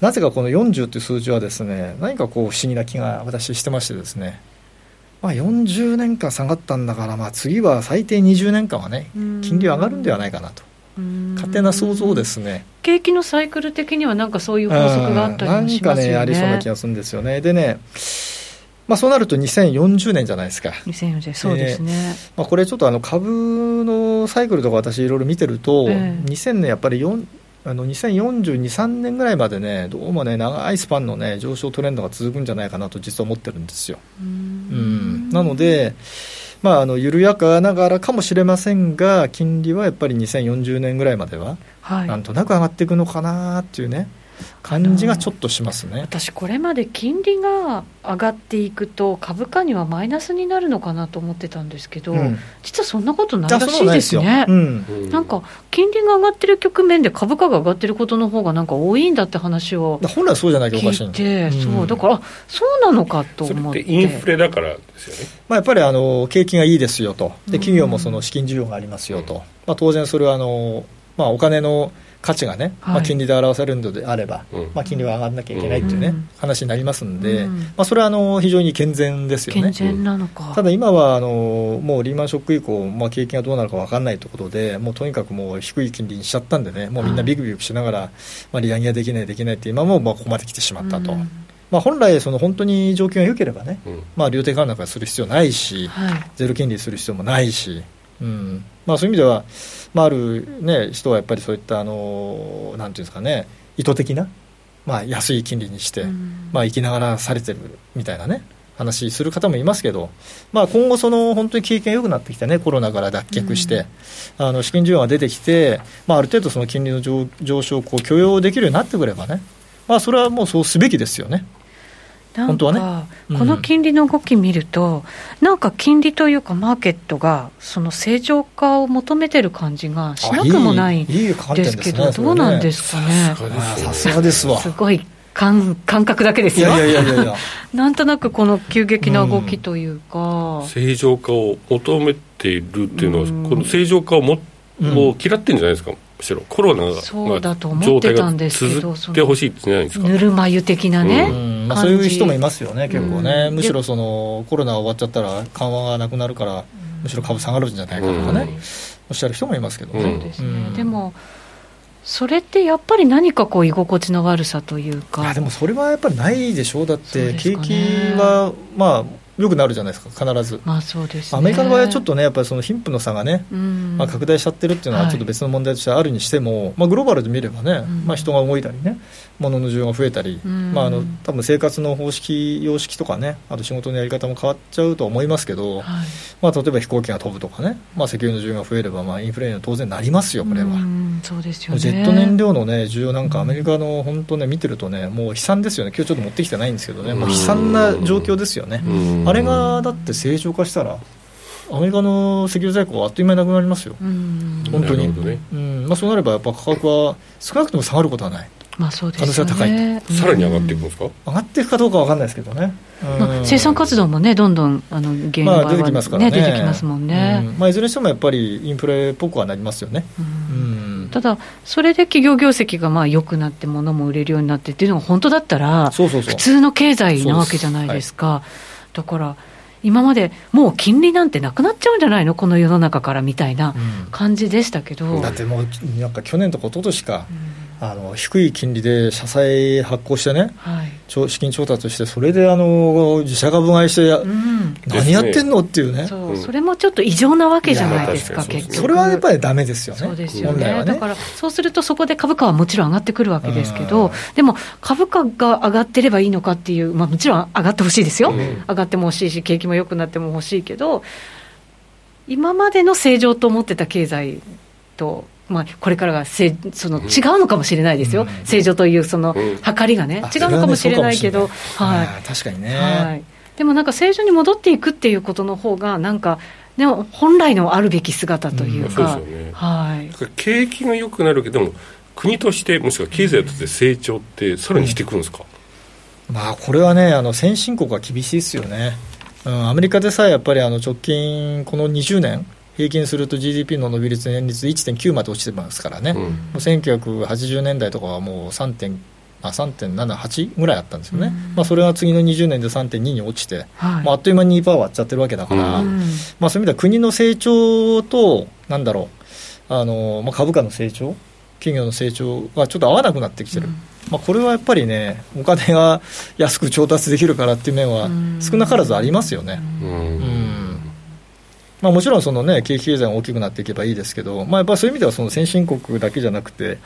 S2: なぜかこの40という数字はですね、何かこう不思議な気が私してましてですね、まあ、40年間下がったんだから、まあ、次は最低20年間はね、金利上がるんではないかなと、
S1: 勝
S2: 勝手な想像ですね、
S1: 景気のサイクル的にはなんかそういう
S2: うん
S1: 法則があったり
S2: な
S1: も
S2: ん
S1: し
S2: か
S1: ますよね
S2: ね、ありそうな気がするんですよね。でね、まあ、そうなると2040年じゃないですか。
S1: 2040年そうですね、
S2: まあ、これちょっとあの株のサイクルとか私いろいろ見てると、
S1: ええ
S2: 2000年やっぱり4あの2042、3年ぐらいまでね、どうもね、長いスパンのね、上昇トレンドが続くんじゃないかなと実は思ってるんですよ。
S1: う
S2: うん
S1: ん
S2: なので、まあ、あの緩やかながらかもしれませんが、金利はやっぱり2040年ぐらいまでは、
S1: はい
S2: なんとなく上がっていくのかなっていうね、感じがちょっとしますね。
S1: 私これまで金利が上がっていくと株価にはマイナスになるのかなと思ってたんですけど、
S2: うん
S1: 実はそんなことない
S2: あ
S1: ら
S2: そう
S1: しい
S2: な
S1: ですね。
S2: うん
S3: う
S1: なんか金利が上がってる局面で株価が上がってることの方がなんか多いんだって話を
S2: だから本来はそうじゃなきゃおかし
S1: 聞
S2: いん
S1: い
S2: だ
S1: て、
S2: ん
S1: そうだからあそうなのかと
S3: それ
S1: 思
S3: っ
S1: ってて
S3: インフレだからですよね
S2: まあ、やっぱりあの景気がいいですよと
S1: うん
S2: で企業もその資金需要がありますよと、まあ、当然それはあの、まあ、お金の価値がね、
S1: はい
S2: まあ、金利で表されるのであれば、
S3: うん
S2: まあ、金利は上がらなきゃいけないっていうね、
S1: うん
S2: 話になりますんで、
S1: うん
S2: まあ、それはあの非常に健全ですよ
S1: 健
S2: ね。
S1: 全なのか、
S2: ただ今はあのもうリーマンショック以降、まあ、景気がどうなるか分かんないということで、もうとにかくもう低い金利にしちゃったんでね、もうみんなビクビクしながら、まあ、利上げができない、できないって、今もまあここまで来てしまったと、
S1: うん
S2: まあ、本来、その本当に状況が良ければね、
S3: うん
S2: まあ、両手換なんかする必要ないし、
S1: はい
S2: ゼロ金利する必要もないし、うんまあ、そういう意味では、まあ、ある、ね、人はやっぱりそういったあの、なんていうんですかね、意図的な、まあ、安い金利にして、
S1: うん
S2: まあ、生きながらされてるみたいなね、話する方もいますけど、まあ、今後、その本当に経験良くなってきてね、コロナから脱却して、あの資金需要が出てきて、まあ、ある程度、その金利の上上昇をこう許容できるようになってくればね、まあ、それはもうそうすべきですよね。
S1: なんか
S2: 本当はねうん
S1: この金利の動き見ると、なんか金利というか、マーケットがその正常化を求めてる感じがしなくもないん
S2: あいい観
S1: で
S2: 点
S1: す
S2: で
S1: け
S2: す
S1: ど、
S2: ね。
S1: どうなんですすかね、
S2: さすがですわ。
S1: すごい感感覚だけで
S2: い
S1: すよ
S2: やいやいや いやいや。
S1: なんとなくこの急激な動きというか、
S3: 正常化を求めているっていうのは、
S1: うん
S3: この正常化をも、
S2: うん
S3: もう嫌ってんじゃないですかむしろコロナが
S1: そうだと思
S3: 状態
S1: ってた
S3: が
S1: んですけど
S3: 続ってほしいってじゃないですか
S1: ぬるま湯的なね。
S2: うんまあ、
S1: 感
S2: そう
S1: じ
S2: いう人もいますよね、結構ね、
S1: うん
S2: むしろそのコロナが終わっちゃったら、緩和がなくなるから、むしろ株下がるんじゃないかとかね、
S3: うん
S2: おっしゃる人もいますけど
S1: そううん
S2: ね、
S1: ですね、
S2: うん
S1: でもそれってやっぱり何かこう居心地の悪さという
S2: い
S1: か
S2: やでもそれはやっぱりないでしょう、だっ
S1: そう
S2: て、
S1: です
S2: 景
S1: かね
S2: 気は、まあ、良くなるじゃないですか、必ず。
S1: まあそうですね
S2: アメリカの場合はちょっとね、やっぱりその貧富の差がね、
S1: うん
S2: まあ、拡大しちゃってるっていうの
S1: は
S2: はいちょっと別の問題としてあるにしても、まあ、グローバルで見ればね、
S1: ん
S2: まあ、人が動いたりね物の需要が増えたり、
S1: うん
S2: まあ、あの多分生活の方式様式とかねあと仕事のやり方も変わっちゃうとは思いますけど、
S1: はい
S2: まあ、例えば飛行機が飛ぶとかね、まあ、石油の需要が増えれば、まあ、インフレには当然なりますよこれは。
S1: うんそうですよ
S2: も
S1: ね
S2: うジェット燃料の、ね、需要なんか、アメリカの本当ね、見てるとね、もう悲惨ですよね、今日ちょっと持ってきてないんですけどね、もう悲惨な状況ですよね、
S3: うん
S2: あれがだって正常化したら、アメリカの石油在庫はあっという間になくなりますよ、
S1: うん
S2: 本当に
S3: なるほどね
S2: うんまあ、そうなればやっぱ価格は少なくとも下がることはない、
S1: まあそうですよね
S2: 可能性は高
S3: さらに上がっていくんですか、
S2: 上がっていくかどうかは分かんないですけどね、うん
S1: まあ、生産活動もねどんどんあの現場
S2: ま
S1: は、ね
S2: あ、出てきますからね、
S1: 出てきますもんね、
S2: うんまあ、いずれにしてもやっぱりインフレっぽくはなりますよね。
S1: うん
S2: うん
S1: ただそれで企業業績がまあ良くなって物も売れるようになってっていうのが本当だったら
S2: そうそうそう
S1: 普通の経済なわけじゃないですか、だから今までもう金利なんてなくなっちゃうんじゃないのこの世の中からみたいな
S2: うん
S1: 感じでしたけど、
S2: だってもうなんか去年とか一昨年か、あの低い金利で社債発行してね
S1: はい、
S2: 調資金調達してそれであの自社株買いして
S1: うん、
S2: 何やってんのっていうね
S1: そう、
S3: うん
S1: それもちょっと異常なわけじゃないですか
S3: いやまあ
S1: 結
S3: 確
S1: 局
S2: それはやっぱりダメですよね
S1: そうですよ
S2: 本来
S1: ね
S2: は
S1: だ
S2: ね
S1: からそうするとそこで株価はもちろん上がってくるわけですけ
S2: う
S1: ど
S2: ん
S1: でも株価が上がってればいいのかっていう、まあ、もちろん上がってほしいですよ、
S3: うん
S1: 上がっても欲しいし景気も良くなっても欲しいけど今までの正常と思ってた経済と、まあ、これからがせいその
S3: うん
S1: 違うのかもしれないですよ、
S2: うん
S1: 正常というその
S3: うん
S1: 計りがね
S2: あ
S1: 違うのかもしれないけど。
S2: それはねそうかもしれな
S1: はい
S2: あー確かにね、
S1: はい、でもなんか正常に戻っていくっていうことの方がなんかでも本来のあるべき姿というか、
S3: うんそうですよね
S1: はい
S3: だから景気が良くなるけどでも国としてもしくは経済として成長ってさらにしていくんですか、
S2: まあこれはねあの先進国は厳しいですよね、うん、アメリカでさえやっぱりあの直近この20年平均すると GDP の伸び率年率1.9まで落ちてますからね、
S3: うん
S2: もう1980年代とかはもう3点、あ、3.78ぐらいあったんですよね、まあ、それが次の20年で3.2に落ちて、
S1: はい
S2: まあ、あっという間に2%割っちゃってるわけだから、
S3: うん
S2: まあ、そういう意味では国の成長と、なんだろう、あのまあ、株価の成長、企業の成長がちょっと合わなくなってきてる。まあ、これはやっぱりね、お金が安く調達できるからっていう面は
S1: うん
S2: 少なからずありますよね。
S3: うん
S2: うんまあ、もちろんその、ね、景気経済が大きくなっていけばいいですけど、まあ、やっぱりそういう意味ではその先進国だけじゃなくて、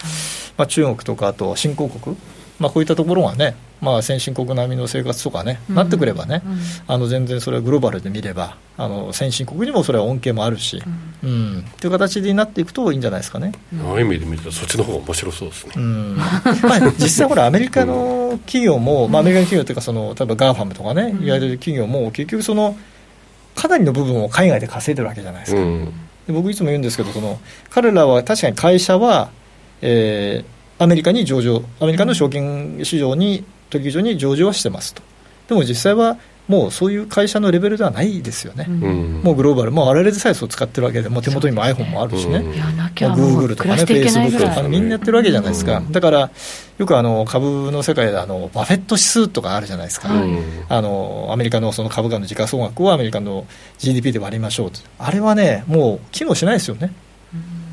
S2: まあ、中国とかあと新興国まあ、こういったところがね、まあ、先進国並みの生活とかね、なってくればね、
S1: うん
S2: あの全然それはグローバルで見ればあの先進国にもそれは恩恵もあるし、うん、っていう形になっていくといいんじゃないですかね。
S3: ああいう意味で見るとそっちの方が面白そうですね
S2: う。んまあ、実際、ほらアメリカの企業も、まあ、アメリカの企業というかその例えばガーファムとかね
S1: うん
S2: 言われる企業も結局そのかなりの部分を海外で稼いでるわけじゃないです
S3: う
S2: か、
S3: ん。
S2: で僕いつも言うんですけどその彼らは確かに会社は、えーアメリカに上場アメリカの証券市場に取引所に上場はしてますとでも実際はもうそういう会社のレベルではないですよね、
S1: うん
S3: うん。
S2: もうグローバル、もう我々でさえそう使ってるわけで、もう手元にも iPhone もあるしね、
S3: うん
S1: いやなき
S2: ま
S1: ゃ
S2: あ、グー
S1: も
S2: グ
S1: う
S2: ルと
S1: 暮
S2: からね、
S1: し
S2: フ
S1: て
S2: ェ
S1: い
S2: イ
S1: け
S2: スブ
S1: ない
S2: ッ
S1: ぐ
S2: クと
S1: ら
S2: か、
S1: い。
S2: みんなやってるわけじゃないですか、
S3: うん
S2: だからよくあの株の世界であのバフェット指数とかあるじゃないですか、
S1: はい
S2: あのアメリカのその株価の時価総額をアメリカの GDP で割りましょうとあれはね、もう機能しないですよね、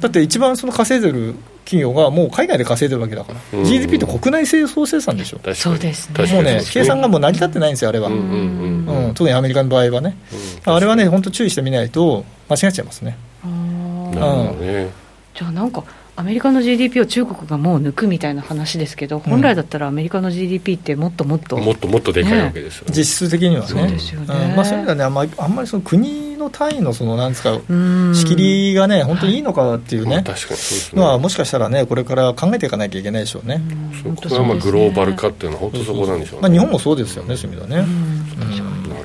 S2: だって一番その稼いでる企業がもう海外で稼いでるわけだから、
S3: うん
S2: GDP って国内生総生産でしょ、
S3: 確かに
S1: そうですね
S3: 確か
S2: もう
S3: に
S2: ね、計算がもう
S3: う
S2: 成り立ってないんですよ、あれは、
S3: ん
S2: う
S3: うんんうん。
S2: 特にアメリカの場合はね。あれはね、本当注意してみないと間違っちゃいますね。
S1: あー
S3: なるほどね。
S1: じゃあなんかアメリカの GDP を中国がもう抜くみたいな話ですけど、本来だったらアメリカの GDP ってもっともっと
S3: もっともっとでかいわけですよね。
S2: 実質的にはね。
S1: そうですよね
S2: うんまあ、そういう意味ではね、あんまりあんまりその国の単位のそのなんですか、
S1: うん
S2: 仕切りがね、本当にいいのかっていう
S3: まあ
S2: ね、
S3: 確かにそうですね。
S2: のはもしかしたらね、これから考えていかなきゃいけないでしょうね。
S3: そこがまあグローバル化っていうのは本当そこなんでしょうね。
S2: まあ、日本もそうですよね、そういう意味では
S1: う
S2: ね。
S1: ん
S2: うん
S3: なるほど。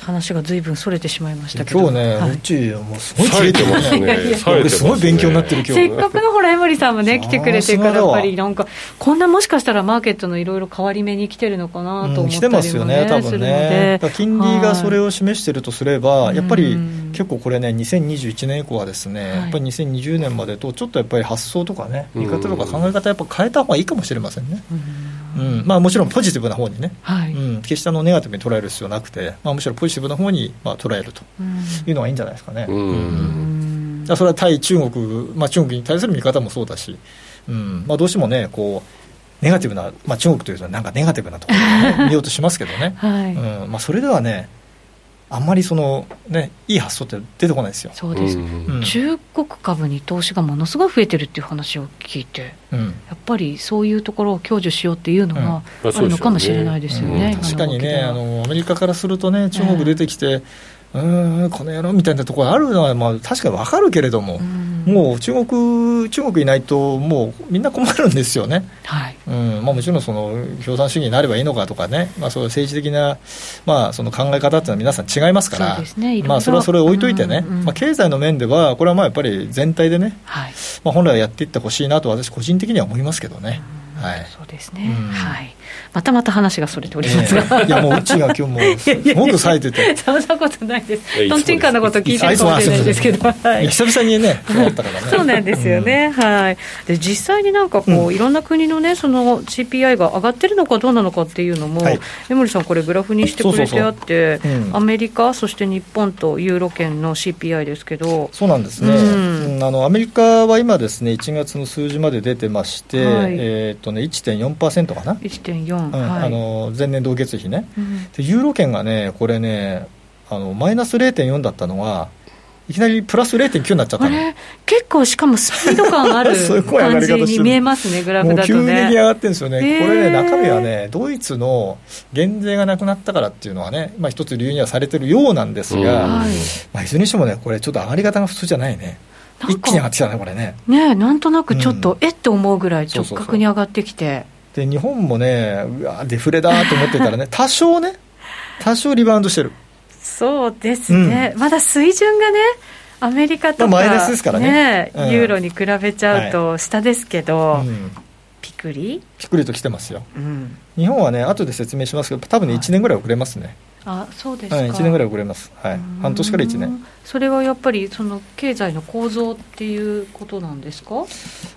S1: 話が随分それてしまいましたけど
S2: 今日ね、
S1: はいう
S2: ち、もうすごい
S3: 冴えてますね。
S1: いやいやいや
S3: 冴えてまね
S2: 俺すごい勉強になってる今日
S1: せっかくのほら、エマリさんも ね、来てくれてるから、
S2: さすがだ
S1: やっ
S2: わ
S1: ぱりなんか、こんなもしかしたらマーケットのいろいろ変わり目に来てるのかなと
S2: う
S1: 思
S2: ん、
S1: った
S2: 来て
S1: りも、ね
S2: ますよね、多
S1: する
S2: 分
S1: の
S2: ね
S1: で。
S2: だから金利がそれ
S1: を、
S2: を示しているとすれば、
S1: い
S2: やっぱり
S1: うん
S2: 結構これね、2021年以降はですね、
S1: はい
S2: やっぱり2020年までと、ちょっとやっぱり発想とかね、
S3: うん
S2: 見方とか考え方、やっぱ変えた方がいいかもしれませんね。うんまあ、もちろんポジティブな方にね、
S1: はい、
S2: うん、決してあのネガティブに捉える必要はなくて、まあ、むしろポジティブな方にまあ捉えるというのがいいんじゃないですかね。
S3: う
S2: だ
S3: ん
S2: からそれは対中国、まあ、中国に対する見方もそうだし、うんまあ、どうしてもね、こうネガティブな、まあ、中国というと、なんかネガティブなところを ね、見ようとしますけどね、
S1: はい、
S2: うんまあ、それではね、あんまりその、ね、いい発想って出てこないですよ。
S1: そうです、
S2: うん
S1: 中国株に投資がものすごい増えてるっていう話を聞いて、
S2: うん
S1: やっぱりそういうところを享受しようっていうの
S2: うん
S1: が
S3: まあ
S1: あるのかもしれないですよね、
S2: うん確かにね
S1: 今
S2: あ
S1: の動きでは
S2: の、アメリカからするとね、中国出てきて、うーん、この野郎みたいなところあるのは、まあ、確かにわかるけれども、
S1: うん
S2: もう中国、中国いないと、もうみんな困るんですよね、
S1: はい、
S2: うんまあ、もちろんその共産主義になればいいのかとかね、まあ、そういう政治的な、まあ、その考え方っていうのは皆さん違いますから、
S1: そうですねいろいろ
S2: まあ、それはそれを置いといてね、
S1: うんうん
S2: まあ、経済の面では、これはまあやっぱり全体でね、
S1: はい、
S2: まあ、本来はやっていってほしいなと、私、個人的には思いますけどね。はい
S1: そうですね、
S2: うん
S1: はい、またまた話がそれておりますが、
S2: ええいやもううちが今日もうすごく冴えてて
S1: そんなことないで
S3: いや
S1: す。
S3: いつ
S1: ト
S3: も
S1: ンチンカンのこと聞いてるかもしれないですけど。はい
S2: や
S1: い
S2: 久々 にね加わった からね
S1: そうなんですよね、はい、で実際になんかこう、いろんな国のね、その CPI が上がってるのかどうなのかっていうのも、
S2: はい
S1: 江森さん、これ、グラフにしてくれてあって
S2: そうそうそうう、ん
S1: アメリカ、そして日本とユーロ圏の CPI ですけど、
S2: そうなんですね、
S1: うん
S2: うんあのアメリカは今ですね1月の数字まで出てまして、
S1: はい
S2: えーっとね1.4%かな、
S1: 1.4、
S2: うん
S1: はい
S2: あの前年同月比ね
S1: うん
S2: でユーロ圏がねこれねあのマイナス0.4だったのがいきなりプラス0.9になっちゃった
S1: あ
S2: の
S1: れ、結構、しかもスピード感ある
S2: そういう声上が
S1: 感
S2: り
S1: じ
S2: 方してる
S1: に見えますね、グラ
S2: も
S1: フ
S2: う
S1: だと
S2: 急に上
S1: ね。
S2: がってるんですよね、
S1: へー
S2: これね、中身はね、ドイツの減税がなくなったからっていうのはね、まあ、一つ理由にはされてるようなんですが、
S3: うん
S1: はい
S2: まあ、いずれにしてもね、これ、ちょっと上がり方が普通じゃないね、
S1: なんか
S2: 一気に上がってきたね、これね。
S1: ねえなんとなくちょっと、
S2: うん
S1: えって思うぐらい直
S2: そうそう
S1: 角
S2: そう
S1: に上がってきて、
S2: で、日本もね、うわ、デフレだと思ってたらね、 多少ね、多少リバウンドしてる、
S1: そうですね、まだ水準がね、アメリカとか、
S2: まあマイナスですからね
S1: え
S2: うん
S1: ユーロに比べちゃうと下ですけど、
S2: うん
S1: ピクリ、
S2: ピクリと来てますよ。
S1: うん、
S2: 日本はね、後で説明しますけど、多分ね、
S1: はい
S2: 1年ぐらい遅れますね、
S1: あそうです
S2: は
S1: か、
S2: い、1年ぐら
S1: い、
S2: い遅れます、はい、半年から1年、。
S1: それはやっぱりその経済の構造っていうことなんですか、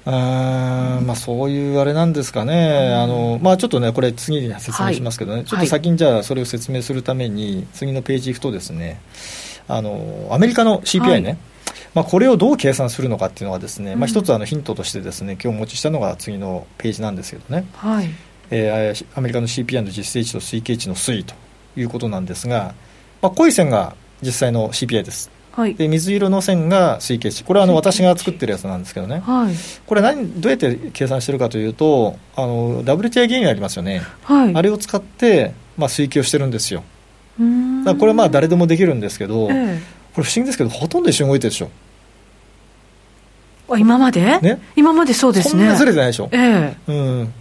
S2: あーまあ、そういうあれなんですかね、あのまあ、ちょっとね、これ、次に説明しますけどね、
S1: はい
S2: ちょっと先にじゃあ、それを説明するために、次のページ行くとですね、あのアメリカの CPI ね、
S1: はい
S2: まあ、これをどう計算するのかっていうのがですね、
S1: う
S2: ま
S1: ん
S2: あ、一つあのヒントとしてですね、今日お持ちしたのが次のページなんですけどね、
S1: はい、
S2: えーアメリカの CPI の実勢値と推計値の推移ということなんですが、まあ、濃い線が実際の CPI です。
S1: はい
S2: で水色の線が水形値これはあの私が作ってるやつなんですけどね
S1: はい
S2: これ何どうやって計算してるかというとあの WTA 原因ありますよね、
S1: はい
S2: あれを使って、まあ、推計をしてるんですよ
S1: うーん
S2: だからこれはまあ誰でもできるんですけど、
S1: え
S2: これ
S1: え
S2: 不思議ですけどほとんど一緒に動いてるでしょ
S1: あ今まで、
S2: ね
S1: 今までそうです
S2: そん
S1: ね
S2: なずれてないでしょ、
S1: ええ
S2: うん、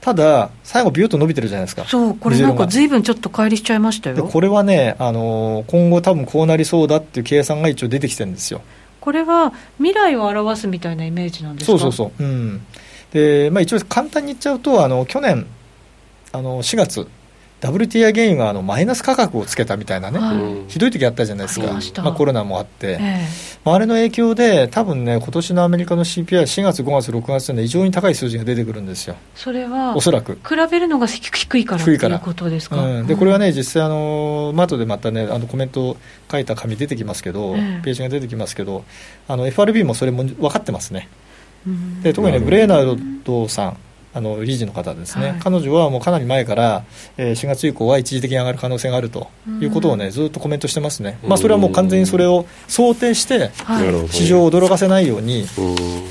S2: ただ最後ビューッと伸びてるじゃないですか
S1: そうこれ
S2: 水
S1: な
S2: 色
S1: ん
S2: が
S1: か随分ちょっと乖離しちゃいました
S2: で
S1: よ
S2: これはね、あのー今後多分こうなりそうだっていう計算が一応出てきてるんですよ
S1: これは未来を表すみたいなイメージなんですか
S2: そうそうそう、うんでまあ、一応簡単に言っちゃうとあの去年あの4月 WTI 原油があのマイナス価格をつけたみたいなね、
S1: は
S3: う
S1: い
S3: ん
S2: ひどい時あったじゃないです
S1: あ
S2: か
S1: りました
S2: あ、コロナもあって、
S1: え
S2: まあ、あれの影響で多分ね今年のアメリカの CPI4 月5月6月で、ね、異常に高い数字が出てくるんですよ
S1: えそれは
S2: おそらく。
S1: 比べるのが低低いからって
S2: 低いか
S1: い
S2: ら
S1: うことですか、
S2: うん、でこれは
S1: ね、
S2: ね、実際あの、まあ後でまたね、あのコメント書いた紙出てきますけど、
S1: ええ
S2: ページが出てきますけど、あの FRB もそれも分かってますね、
S1: うん
S2: で特にね
S3: うん
S2: ブレーナードさん、あの理事の方ですね、
S1: はい
S2: 彼女はもうかなり前から、えー4月以降は一時的に上がる可能性があるということをね、ずっとコメントしてますね、まあ、それはもう完全にそれを想定して、
S1: はい
S3: なるほど
S2: 市場を驚かせないように、
S3: う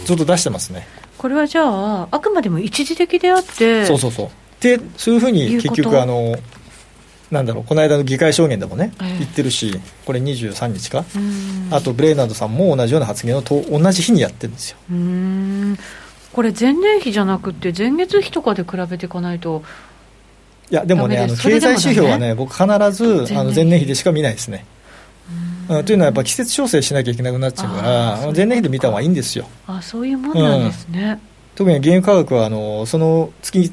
S3: ん
S2: ずっと出してますね、
S1: これはじゃああくまでも一時的であって
S2: そうそうそう。で、そういうふうに
S1: いうこと
S2: 結局、あのなんだろう、この間の議会証言でもね、
S1: ええ
S2: 言ってるし、これ23日か。
S1: うん
S2: あとブレイナードさんも同じような発言をと同じ日にやってるんですよ。
S1: うーんこれ前年比じゃなくて前月比とかで比べていかないと
S2: いやでもね、
S1: ダ
S2: あ
S1: メ
S2: の
S1: ですそれ
S2: 経
S1: でも
S2: 済
S1: だね
S2: 指標はね、僕、必
S1: 前年比
S2: ずあの前年比でしか見ないですね。うんというのは、やっぱ季節調整しなきゃいけなくなっちゃうか
S1: あー
S2: ら、
S1: そうか
S2: 前年比で見た方がいいんですよ。
S1: あそういうもんなんですね、
S2: 特に原油価格はあの、その月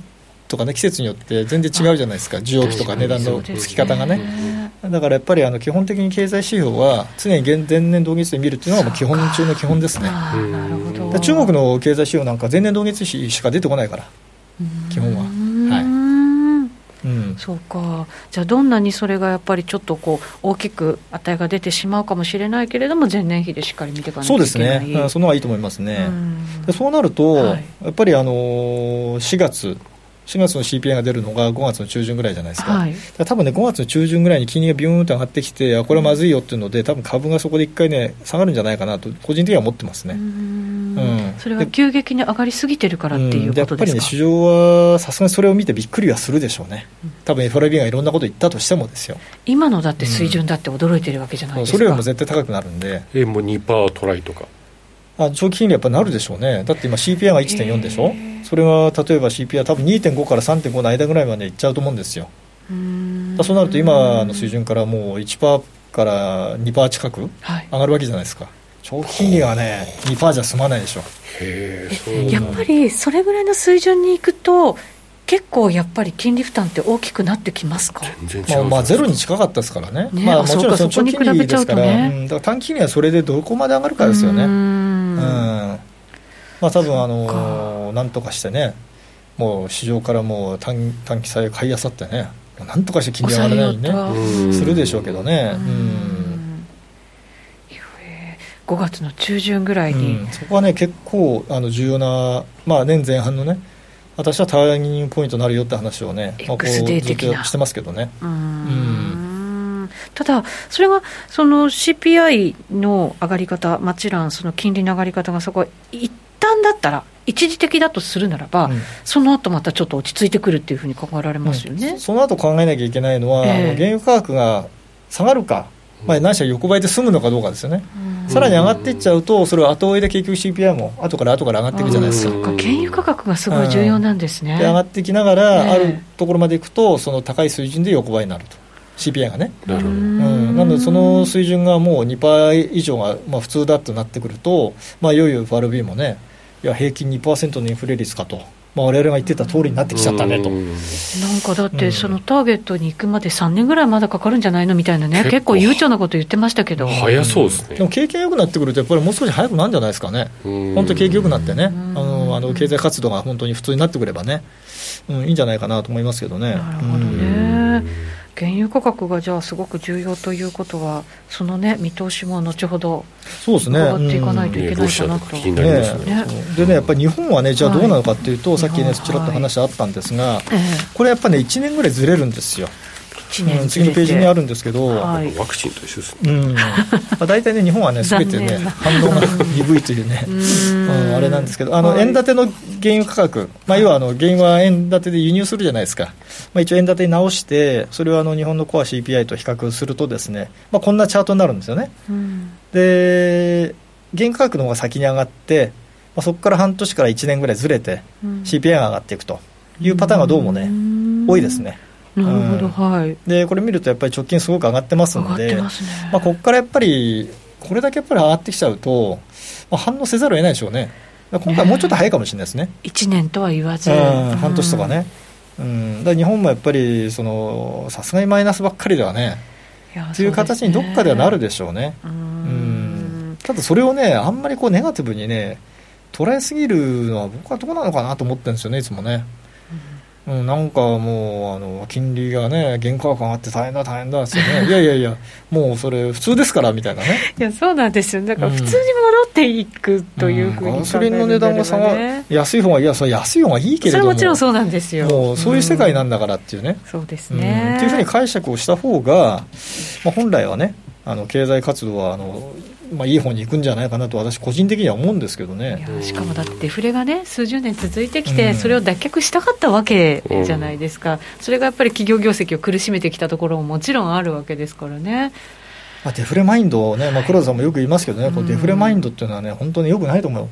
S2: とかね、季節によって全然違うじゃないですか、需要期とか値段
S1: そ
S2: の
S1: うで
S2: 付
S1: す
S2: き方がね。
S1: ね
S2: だからやっぱりあの基本的に経済指標は常に現前年同月で見るというのがもう基本中の基本ですね。だか
S1: あーなるほど
S2: ら中国の経済指標なんか前年同月比しか出てこないから、基本は
S1: うーん
S2: うん、
S1: そうかじゃあどんなにそれがやっぱりちょっとこう大きく値が出てしまうかもしれないけれども前年比でしっかり見ていかなきゃ
S2: そうで
S1: い
S2: す
S1: けない
S2: ね、うんその方がいいと思いますね。
S1: うん
S2: でそうなると、
S1: はい
S2: やっぱりあのー4月、4月の CPI が出るのが5月の中旬ぐらいじゃないですか、
S1: はい
S2: だから多分ね、5月の中旬ぐらいに金利がビューンと上がってきて、あこれはまずいよっていうので、多分株がそこで一回ね、下がるんじゃないかなと、個人的には思ってますね。
S1: うん
S2: うん
S1: それは急激に上がりすぎてるからっていうことです
S2: うんやっぱりね、
S1: か、
S2: 市場はさすがにそれを見てびっくりはするでしょうね、多分 FRB がいろんなこと言ったとしてもですよ、
S1: 今のだって水準だって驚いてるわけじゃないですか、
S2: それよりも絶対高くなるんで、
S3: えもう2%トライとか
S2: あ長期金利やっぱなるでしょうね、だって今、CPI が1.4でしょ、それは例えば CPI、多分2.5から3.5の間ぐらいまでいっちゃうと思うんですよ、だからそうなると今の水準からもう1%から2%近く
S1: はい
S2: 上がるわけじゃないですか、長期金利はね、2%じゃ済まないでしょ。
S3: へえそう
S1: やっぱりそれぐらいの水準に行くと結構やっぱり金利負担って大きくなってきますか
S3: 全然違うじ
S2: ま
S3: ゃ
S2: あ、
S3: ん
S2: まあゼロに近かったですからね、
S1: ね
S2: ま
S1: あ
S2: あ、もちろん
S1: そうか
S2: 長期金
S1: そこに比
S2: 利ですから、
S1: べちゃうとね
S2: うん、だから短期金利はそれでどこまで上がるかですよね、
S1: うー
S2: うん
S1: ん
S2: まあ多分あ
S1: そ
S2: のなんとかしてね、もう市場からもう短短期債を買いあさってね、もうなんとかして金利上がらないように
S1: 抑えよう
S2: ね、
S1: と
S3: うん
S2: するでしょうけどね、うん
S1: いやえー5月の中旬ぐらいに、
S2: うんそこはね、結構あの重要な、まあ、年前半のね、私はターニングポイントになるよって話をね、まあ、こう
S1: X デー
S2: ずっ
S1: 的
S2: と
S1: な
S2: してますけどね。
S1: うーんただ、それがその CPI の上がり方、もちろんその金利の上がり方がそこは一旦だったら、一時的だとするならば、
S2: うん
S1: その後またちょっと落ち着いてくるっていうふうに考えられますよね。
S2: そその後考えなきゃいけないのは、
S1: ええ
S2: あの原油価格が下がるか、まあ、何しろ横ばいで済むのかどうかですよね、さらに上がっていっちゃうと、それを後追いで結局 CPI も後から後から上がっていくじゃないですか。
S1: あーそうか原油価格がすごい重要なんですね。
S2: で上がってきながら、
S1: ええ
S2: あるところまでいくと、その高い水準で横ばいになると、CPI がね。
S3: なるほど
S2: うん、なので、その水準がもう2%以上が、まあ、普通だとなってくると、まあ、いよいよ FRB もね、いや平均2%のインフレ率かと、まあ我々が言ってた通りになってきちゃったねと。
S3: うん
S1: なんかだっ
S2: う
S1: て、
S2: ん
S1: そのターゲットに行くまで3年ぐらいまだかかるんじゃないのみたいなね、
S3: 結構
S1: 結構悠長なこと言ってましたけど、
S3: 早そうですね
S2: でも経験良くなってくると、やっぱりもう少し早くなるんじゃないですかね、
S3: うん
S2: 本当、景気良くなってね、あ
S1: ん
S2: のあの経済活動が本当に普通になってくればね、うん、いいんじゃないかなと思いますけどね。
S1: なるほどね、原油価格がじゃあ、すごく重要ということは、そのね、見通しも後ほど、
S2: そうですね。
S1: 伺っていかないと
S2: うん
S1: いけ
S3: ね
S1: ない
S3: ロシ
S1: か
S3: ア
S1: な
S3: と
S1: と
S3: か気になりますね
S1: ね
S2: そうでね、やっぱり日本はね、じゃあどうなのかっていうと、
S1: はい
S2: さっき
S1: 日本
S2: ね、
S1: は
S2: ちらっと話あったんですが、
S1: ええ
S2: これやっぱね、1年ぐらいずれるんですよ。
S1: 1年、
S2: うん次のページにあるんですけど、
S1: はい
S3: ワクチンと一緒ですね。
S2: うんまあ、大体ね、日本はね、すべて ね、
S1: 残念な
S2: 反動が 鈍いというね、
S1: ーん
S2: うんあれなんですけど、あの
S1: はい
S2: 円建ての原油価格、まあ、要はあの原油は円建てで輸入するじゃないですか、まあ、一応、円建てに直して、それをあの日本のコア CPI と比較すると、ですね、まあ、こんなチャートになるんですよね。
S1: うん
S2: で原油価格の方が先に上がって、まあ、そこから半年から1年ぐらいずれて、
S1: うん
S2: CPI が上がっていくというパターンがどうもね、多いですね。
S1: なるほど、
S2: うん
S1: はい
S2: でこれ見るとやっぱり直近すごく上がってます
S1: 上が
S2: の
S1: っ
S2: で
S1: てますね、
S2: まあ、ここからやっぱり、これだけやっぱり上がってきちゃうと、まあ、反応せざるを得ないでしょうね、だから今回、もうちょっと早いかもしれないですね、
S1: 1年とは言わず、
S2: うん半年とかね、うん、だから日本もやっぱりその、さすがにマイナスばっかりではね、
S1: いや
S2: という
S1: そうで
S2: 形
S1: すね
S2: にどっかではなるでしょうね。
S1: うー
S2: うん
S1: ん
S2: ただそれをね、あんまりこうネガティブにね、捉えすぎるのは僕はどうなのかなと思ってるんですよね、いつもね。うん、なんかもうあの金利がね原価が上がって大変だ大変だですよね いやいやいやもうそれ普通ですからみたいなね
S1: いやそうなんですよだから
S2: うん
S1: 普通に戻っていく というふうに
S2: んガ
S1: 考
S2: ソ
S1: え
S2: リン
S1: る
S2: の
S1: んで
S2: 値
S1: あれ
S2: 段
S1: ば
S2: が下が
S1: ね
S2: 安い方がいやそれ安い方がいいけれ
S1: それ
S2: ど
S1: は
S2: も
S1: もちろんそうなんですよ
S2: もうそういう世界なんんだからっていうね、
S1: そうです
S2: うん
S1: ね、
S2: っていうふうに解釈をした方が、まあ、本来はねあの経済活動はあの、まあ、いい方に行くんじゃないかなと私個人的には思うんですけどね
S1: いやしかもだってデフレがね数十年続いてきて、
S2: うん
S1: それを脱却したかったわけじゃないですか、それがやっぱり企業業績を苦しめてきたところももちろんあるわけですからね
S2: まあ、デフレマインドをね、まあ、黒田さんもよく言いますけどね、こ
S1: うん
S2: うデフレマインドっていうのはね、本当によくないと思うよ、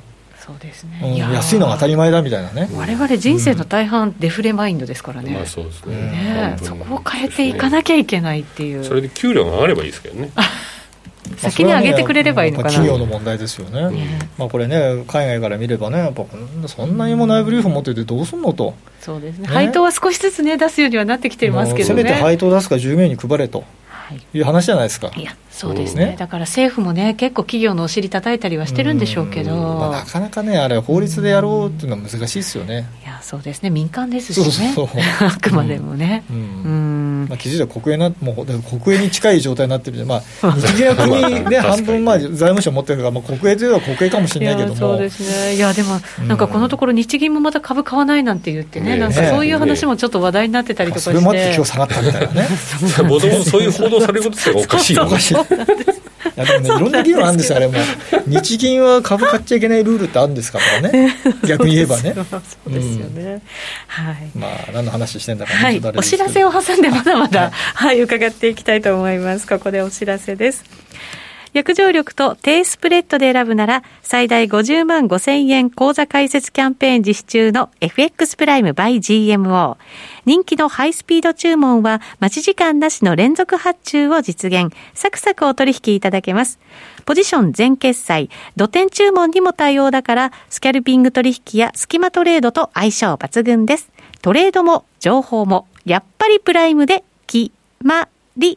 S1: そうですね、
S2: うん、
S1: やー
S2: 安いのが当たり前だみたいなね、
S1: 我々人生の大半デフレマインドですからね,、
S3: まあそうですね。
S1: ねえそ
S3: 本当に
S1: こを変えていかなきゃいけないっていう
S3: それで給料が上がればいいですけどね。
S1: 先に上げてくれればいいのかな、
S2: まあそれはねやっぱ企業の問題ですよね、
S3: うん
S2: まあ、これね、海外から見ればね、やっぱこんなそんなにも内部留保持っててどうすんのと、
S1: そうですね
S2: ね
S1: 配当は少しずつね出すようにはなってきてますけど
S2: もうせめて
S1: ね
S2: 配当出すか従業員に配れと
S1: はい
S2: いう話じゃないですか。
S1: いやそうですね
S2: ね
S1: だから政府もね結構企業のお尻叩いたりはしてるんでしょうけど、
S2: うんまあ、なかなかね、あれ、法律でやろうっていうのは難しいですよね。
S1: いやそうですね民間ですし
S2: そう
S1: ね
S2: そうそう
S1: あくまでもね
S2: う
S1: うんーん
S2: まあ、気づいたら国営な、もうでも国営に近い状態になってるじゃん、まあ、日銀は 国で
S3: まあ
S2: 半分、まあ、
S3: 確
S2: 財務省持ってるから、まあ、国営といえば国営かもし
S1: い
S2: れないけ
S1: や
S2: ど
S1: そう
S2: も
S1: で、すねいやでも
S2: うん
S1: なんかこのところ日銀もまた株買わないなんて言ってね
S3: ねえ
S1: なんかそういう話もちょっと話題になってたりとかして
S2: それもあって、今日下がったみたい なね、
S3: もともとそういう報道されることっておかしいよ
S2: お
S3: ね
S2: か。しい。いやでもね、いろんな議論あるんですよ、あれも。日銀は株買っちゃいけないルールってあるん ですからね、逆に言えばね
S1: そ。うですよねはい
S2: まあ、何の話してんだか、
S1: は
S2: ちょ
S1: い
S2: っとあ、れ
S1: お
S2: ですけ
S1: 知
S2: ど
S1: らせを挟んでまだまだ、はい、伺っていきたいと思います。ここでお知らせです。約定力と低スプレッドで選ぶなら、最大50万5千円口座開設キャンペーン実施中の FX プライム by GMO。人気のハイスピード注文は、待ち時間なしの連続発注を実現。サクサクお取引いただけます。ポジション全決済、土点注文にも対応だから、スキャルピング取引やスキマトレードと相性抜群です。トレードも情報もやっぱりプライムで決まり。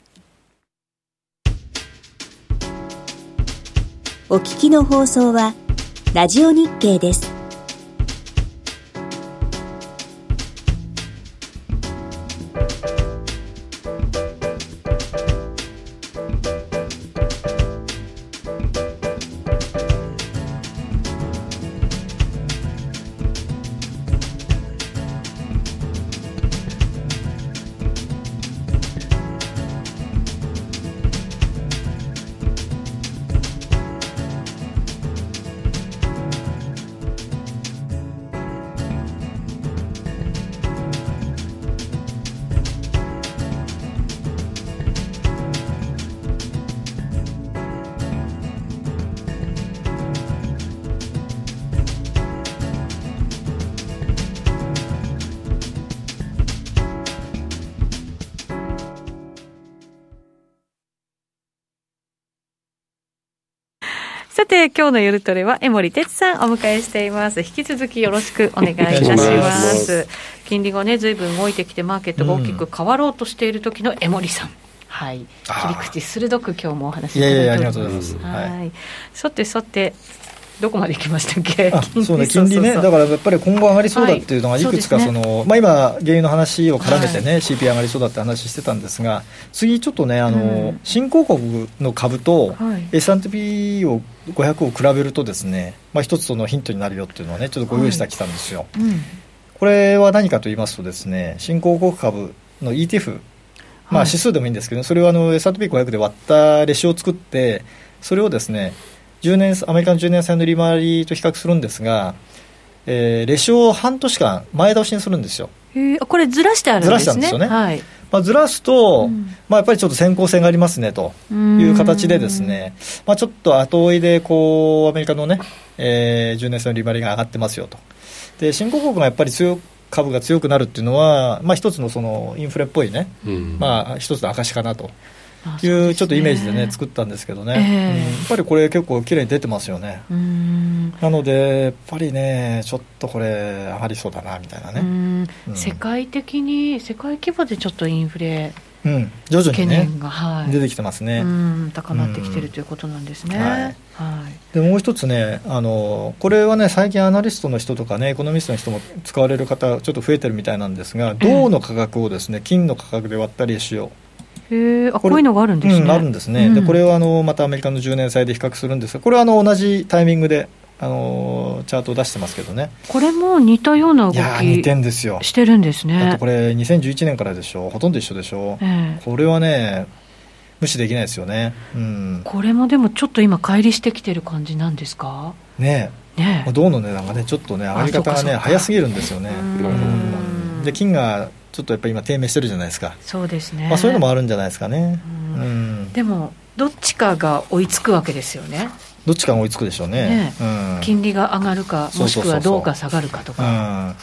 S4: お聞きの放送はラジオ日経です。
S1: さて今日の夜トレは江森哲さんお迎えしています引き続きよろしくお願いいたし
S2: お
S1: ま
S2: 願いします
S1: 金利がねずいぶん動いてきてマーケットが大きく変わろうとしている時の江森さん、
S5: はい、
S2: あ
S5: 切り
S2: ー
S5: 口鋭く今日もお話し
S2: いやいやいやあり
S5: ただ
S2: が
S5: て
S2: と
S5: お
S2: うご
S5: り
S2: ざいます、
S5: はい、
S2: はい
S5: さてさてどこまで行きましたっけ
S2: あ そうね、金利ね、だ
S5: ら
S2: からやっぱり今後上がりそうだっていうのが、
S5: はい
S2: いくつか
S5: そう
S2: そ
S5: です
S2: の、まあ、今、原油の話を絡めてね、CP 上がりそうだって話してたんですが、次、ちょっとねあの、
S5: うん
S2: 新興国の株と
S5: はい
S2: S&P を500を比べると、ですね、まあ、一つそのヒントになるよっていうのをね、ちょっとご用意してきたんですよ。
S5: うん
S2: これは何かと言いますと、ですね新興国株の ETF、まあ、
S5: はい
S2: 指数でもいいんですけど、それをあの S&P500 で割ったレシオを作って、それをですね10年アメリカの10年債の利回りと比較するんですが、えーレシオを半年間前倒しにするんですよ、
S5: へえあこれずらしてあるんですね
S2: ずらしたんですよね
S5: はい
S2: まあ、ずらすと、
S5: うん
S2: まあ、やっぱりちょっと先行性がありますねと。
S5: い
S2: いう形でですね、まあ、ちょっと後追いでこうアメリカの、ねえー10年債の利回りが上がってますよとで新興国がやっぱり強株が強くなるっていうのは、まあ、一つのそのインフレっぽいね、
S3: うん
S2: まあ、一つの証かなと
S5: あ
S2: い
S5: そう
S2: う
S5: で
S2: ち
S5: す
S2: ょっとイメージで、ね、作ったんですけどね、
S5: ええ
S2: うんやっぱりこれ結構綺麗に出てますよね。
S5: うーん
S2: なのでやっぱりねちょっとこれ上がりそうだなみたいな
S5: うー
S2: ね、
S5: ん
S2: うん
S5: 世界的に世界規模でちょっとインフレ
S2: うん徐々
S5: 懸
S2: にね
S5: 念が、はい
S2: 出てきてますね、
S5: うん高まってきてるということなんですね、
S2: うん
S5: は
S2: はいいでもう一つねあの、これはね、最近、アナリストの人とかね、エコノミストの人も使われる方、ちょっと増えてるみたいなんですが、銅の価格をですね金の価格で割ったりしよ
S5: へえあこ
S2: これ
S5: ういうのがあるん
S2: う、
S5: ですね、
S2: うん、あるんですね、
S5: うん
S2: でこれをあのまたアメリカの10年債で比較するんですが、これはあの同じタイミングであのチャートを出してますけどね、
S5: これも似たような動
S2: いやー、似
S5: き
S2: てんですよ、
S5: してるんです
S2: だっ
S5: ね
S2: てこれ、2011年からでしょ、ほとんど一緒でしょ、
S5: ええ
S2: これはね、無視できないですよね、うん、
S5: これもでもちょっと今乖離してきてる感じなんですか
S2: ね
S5: ねえ
S2: 銅の値段がね、ちょっとね、上がり方が
S5: あそうかそう
S2: ね、
S5: か
S2: 早すぎるんですよね。
S5: うーん
S2: で金がちょっとやっぱり今低迷してるじゃないですか、
S5: そうですね、
S2: まあ、そういうのもあるんじゃないですかね、
S5: う
S2: うんん
S5: でもどっちかが追いつくわけですよね
S2: どっちかが追いつくでしょうね
S5: ね
S2: うん
S5: 金利が上がるか
S2: そ
S5: も
S2: う
S5: し
S2: そうそうそう
S5: くはどうか下がるかと
S2: う
S5: か
S2: ん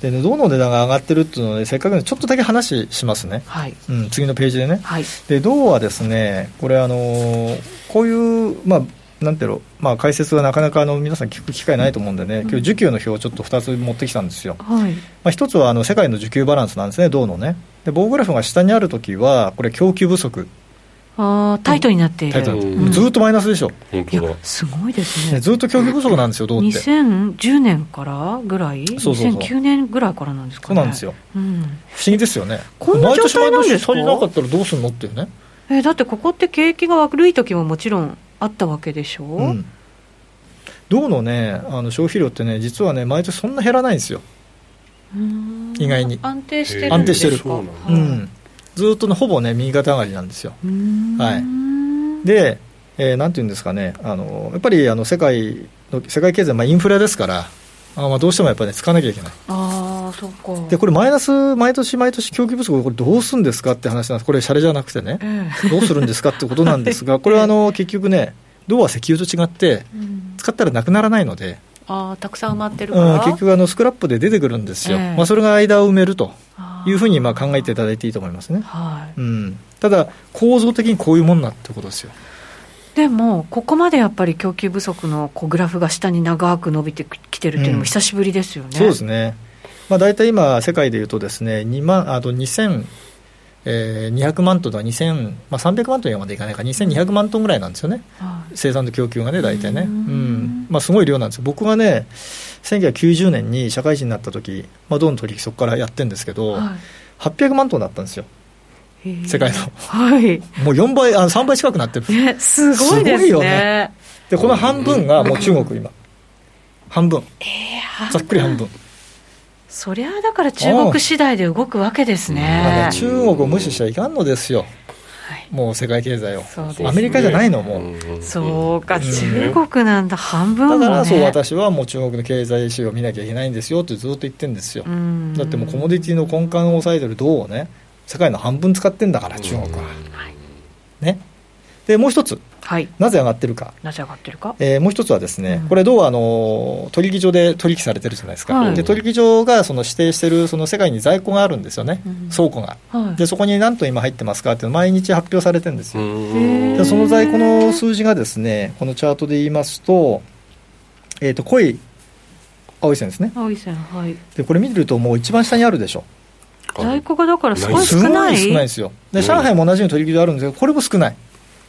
S2: でね銅の値段が上がってるっていうので、せっかくなんでちょっとだけ話しますね、
S5: はい
S2: うん、次のページでね
S5: はい
S2: で銅はですねこれあのーこういうまあなんていうの、まあ、解説はなかなかあの皆さん聞く機会ないと思うんでね、今日需給の表をちょっと2つ持ってきたんですよ、
S5: はい
S2: まあ、一つはあの世界の需給バランスなんですね、銅のね、で棒グラフが下にあるときは、これ、供給不足、
S5: あータイトになっている
S2: タイトル
S3: うん
S2: もうずっとマイナスでしょ、
S3: 本
S5: い
S3: 当だ
S5: やすごいです
S2: ね
S5: ね
S2: ずっと供給不足なんですよ、どうって。
S5: 2010年からぐらい
S2: そうそうそう
S5: 2009年ぐらいからなんですか
S2: そう
S5: ね
S2: なんですよ。
S5: うん
S2: 不思議ですよね。
S5: こんな状態なんですか
S2: 毎年毎年足りなかったらどうするのっていうね。
S5: えーだってここって景気が悪い時ももちろんあったわけでしょ、
S2: うん。銅のね、あの消費量ってね、実はね、毎年そんな減らないんですよ。
S5: うーん
S2: 意外に
S5: 安定してるんですか
S2: 安定してる
S3: そうなんだ
S2: う
S5: はい
S2: ん。ずっとね、ほぼね、右肩上がりなんですよ。
S5: うーん
S2: はいで、えーなんていうんですかね、あの、やっぱりあの、世界の、世界経済、まあインフレですから、あまあどうしてもやっぱり、ね、使わなきゃいけない。
S5: ああそうか
S2: で、これマイナス、毎年毎年供給不足、これどうするんですかって話なんです。これ、シャレじゃなくてね。
S5: え
S2: どうするんですかってことなんですが、これはあの結局ね、銅は石油と違って、
S5: えうん
S2: 使ったらなくならないので、
S5: ああたくさん埋まってるか
S2: う
S5: ら、
S2: ん、結局あのスクラップで出てくるんですよ、
S5: ええ
S2: まあ、それが間を埋めると
S5: あー
S2: いうふうにまあ考えていただいていいと思いますね、
S5: はい
S2: うん、ただ構造的にこういうもんなってことですよ、
S5: でもここまでやっぱり供給不足のこうグラフが下に長く伸びてきてるっていうの
S2: う
S5: も
S2: ん
S5: 久しぶりですよね、
S2: そうですね、まあ、大体今世界でいうとですね2万あと2000えー200万トンとか2000、まあ、300万トンまでいかないか2200万トンぐらいなんですよね
S5: はい
S2: 生産と供給がね大体ね、
S5: う
S2: うんんまあ、すごい量なんですよ僕がね1990年に社会人になった時、まあ、銅の取引そこからやってるんですけど、
S5: は
S2: 800万トンだったんですよ
S5: いへー
S2: 世界の
S5: はい
S2: もう4倍あ3倍近くなってる
S5: ねすごい
S2: す
S5: ですね
S2: ごいよねでこの半分がもう中国今半分ざっくり半分、
S5: そりゃあだから中国次第で動くわけです
S2: あ
S5: ね
S2: の中国を無視しちゃいかんのですよ
S5: はい
S2: もう世界経済を
S5: そうです
S3: ね
S2: アメリカじゃないのもう、
S3: ん
S5: そうか、
S2: うん
S5: 中国なんだ、半分も、
S2: だ
S5: ね、
S2: からそう私はもう中国の経済指標を見なきゃいけないんですよってずっと言ってるんですよ、
S5: うん
S2: だってもうコモディティの根幹を抑えてる銅をね世界の半分使ってんだから中国は、ねでもう一つ
S5: はい、
S2: なぜ上がってるか、
S5: なぜ上がってるか、
S2: えーもう一つはですね、
S5: うん
S2: これ銅はあの取引所で取引されてるじゃないですか、
S5: はい
S2: で取引所がその指定してるその世界に在庫があるんですよね、
S5: うん
S2: 倉庫が
S5: はい、
S2: でそこに何と今入ってますかっていうの毎日発表されてるんです
S3: う
S2: よ、
S3: ん
S2: でその在庫の数字がですねこのチャートで言いますと,、えー、と濃い青い線ですね
S5: 青い線、はい、
S2: でこれ見るともう一番下にあるでしょ
S3: か
S5: 在庫がだからすごい
S2: す
S5: 少
S2: ご
S5: ないい
S2: 少ないですよ
S3: う
S2: で
S3: ん
S2: 上海も同じように取り引きがあるんですけどこれも少ない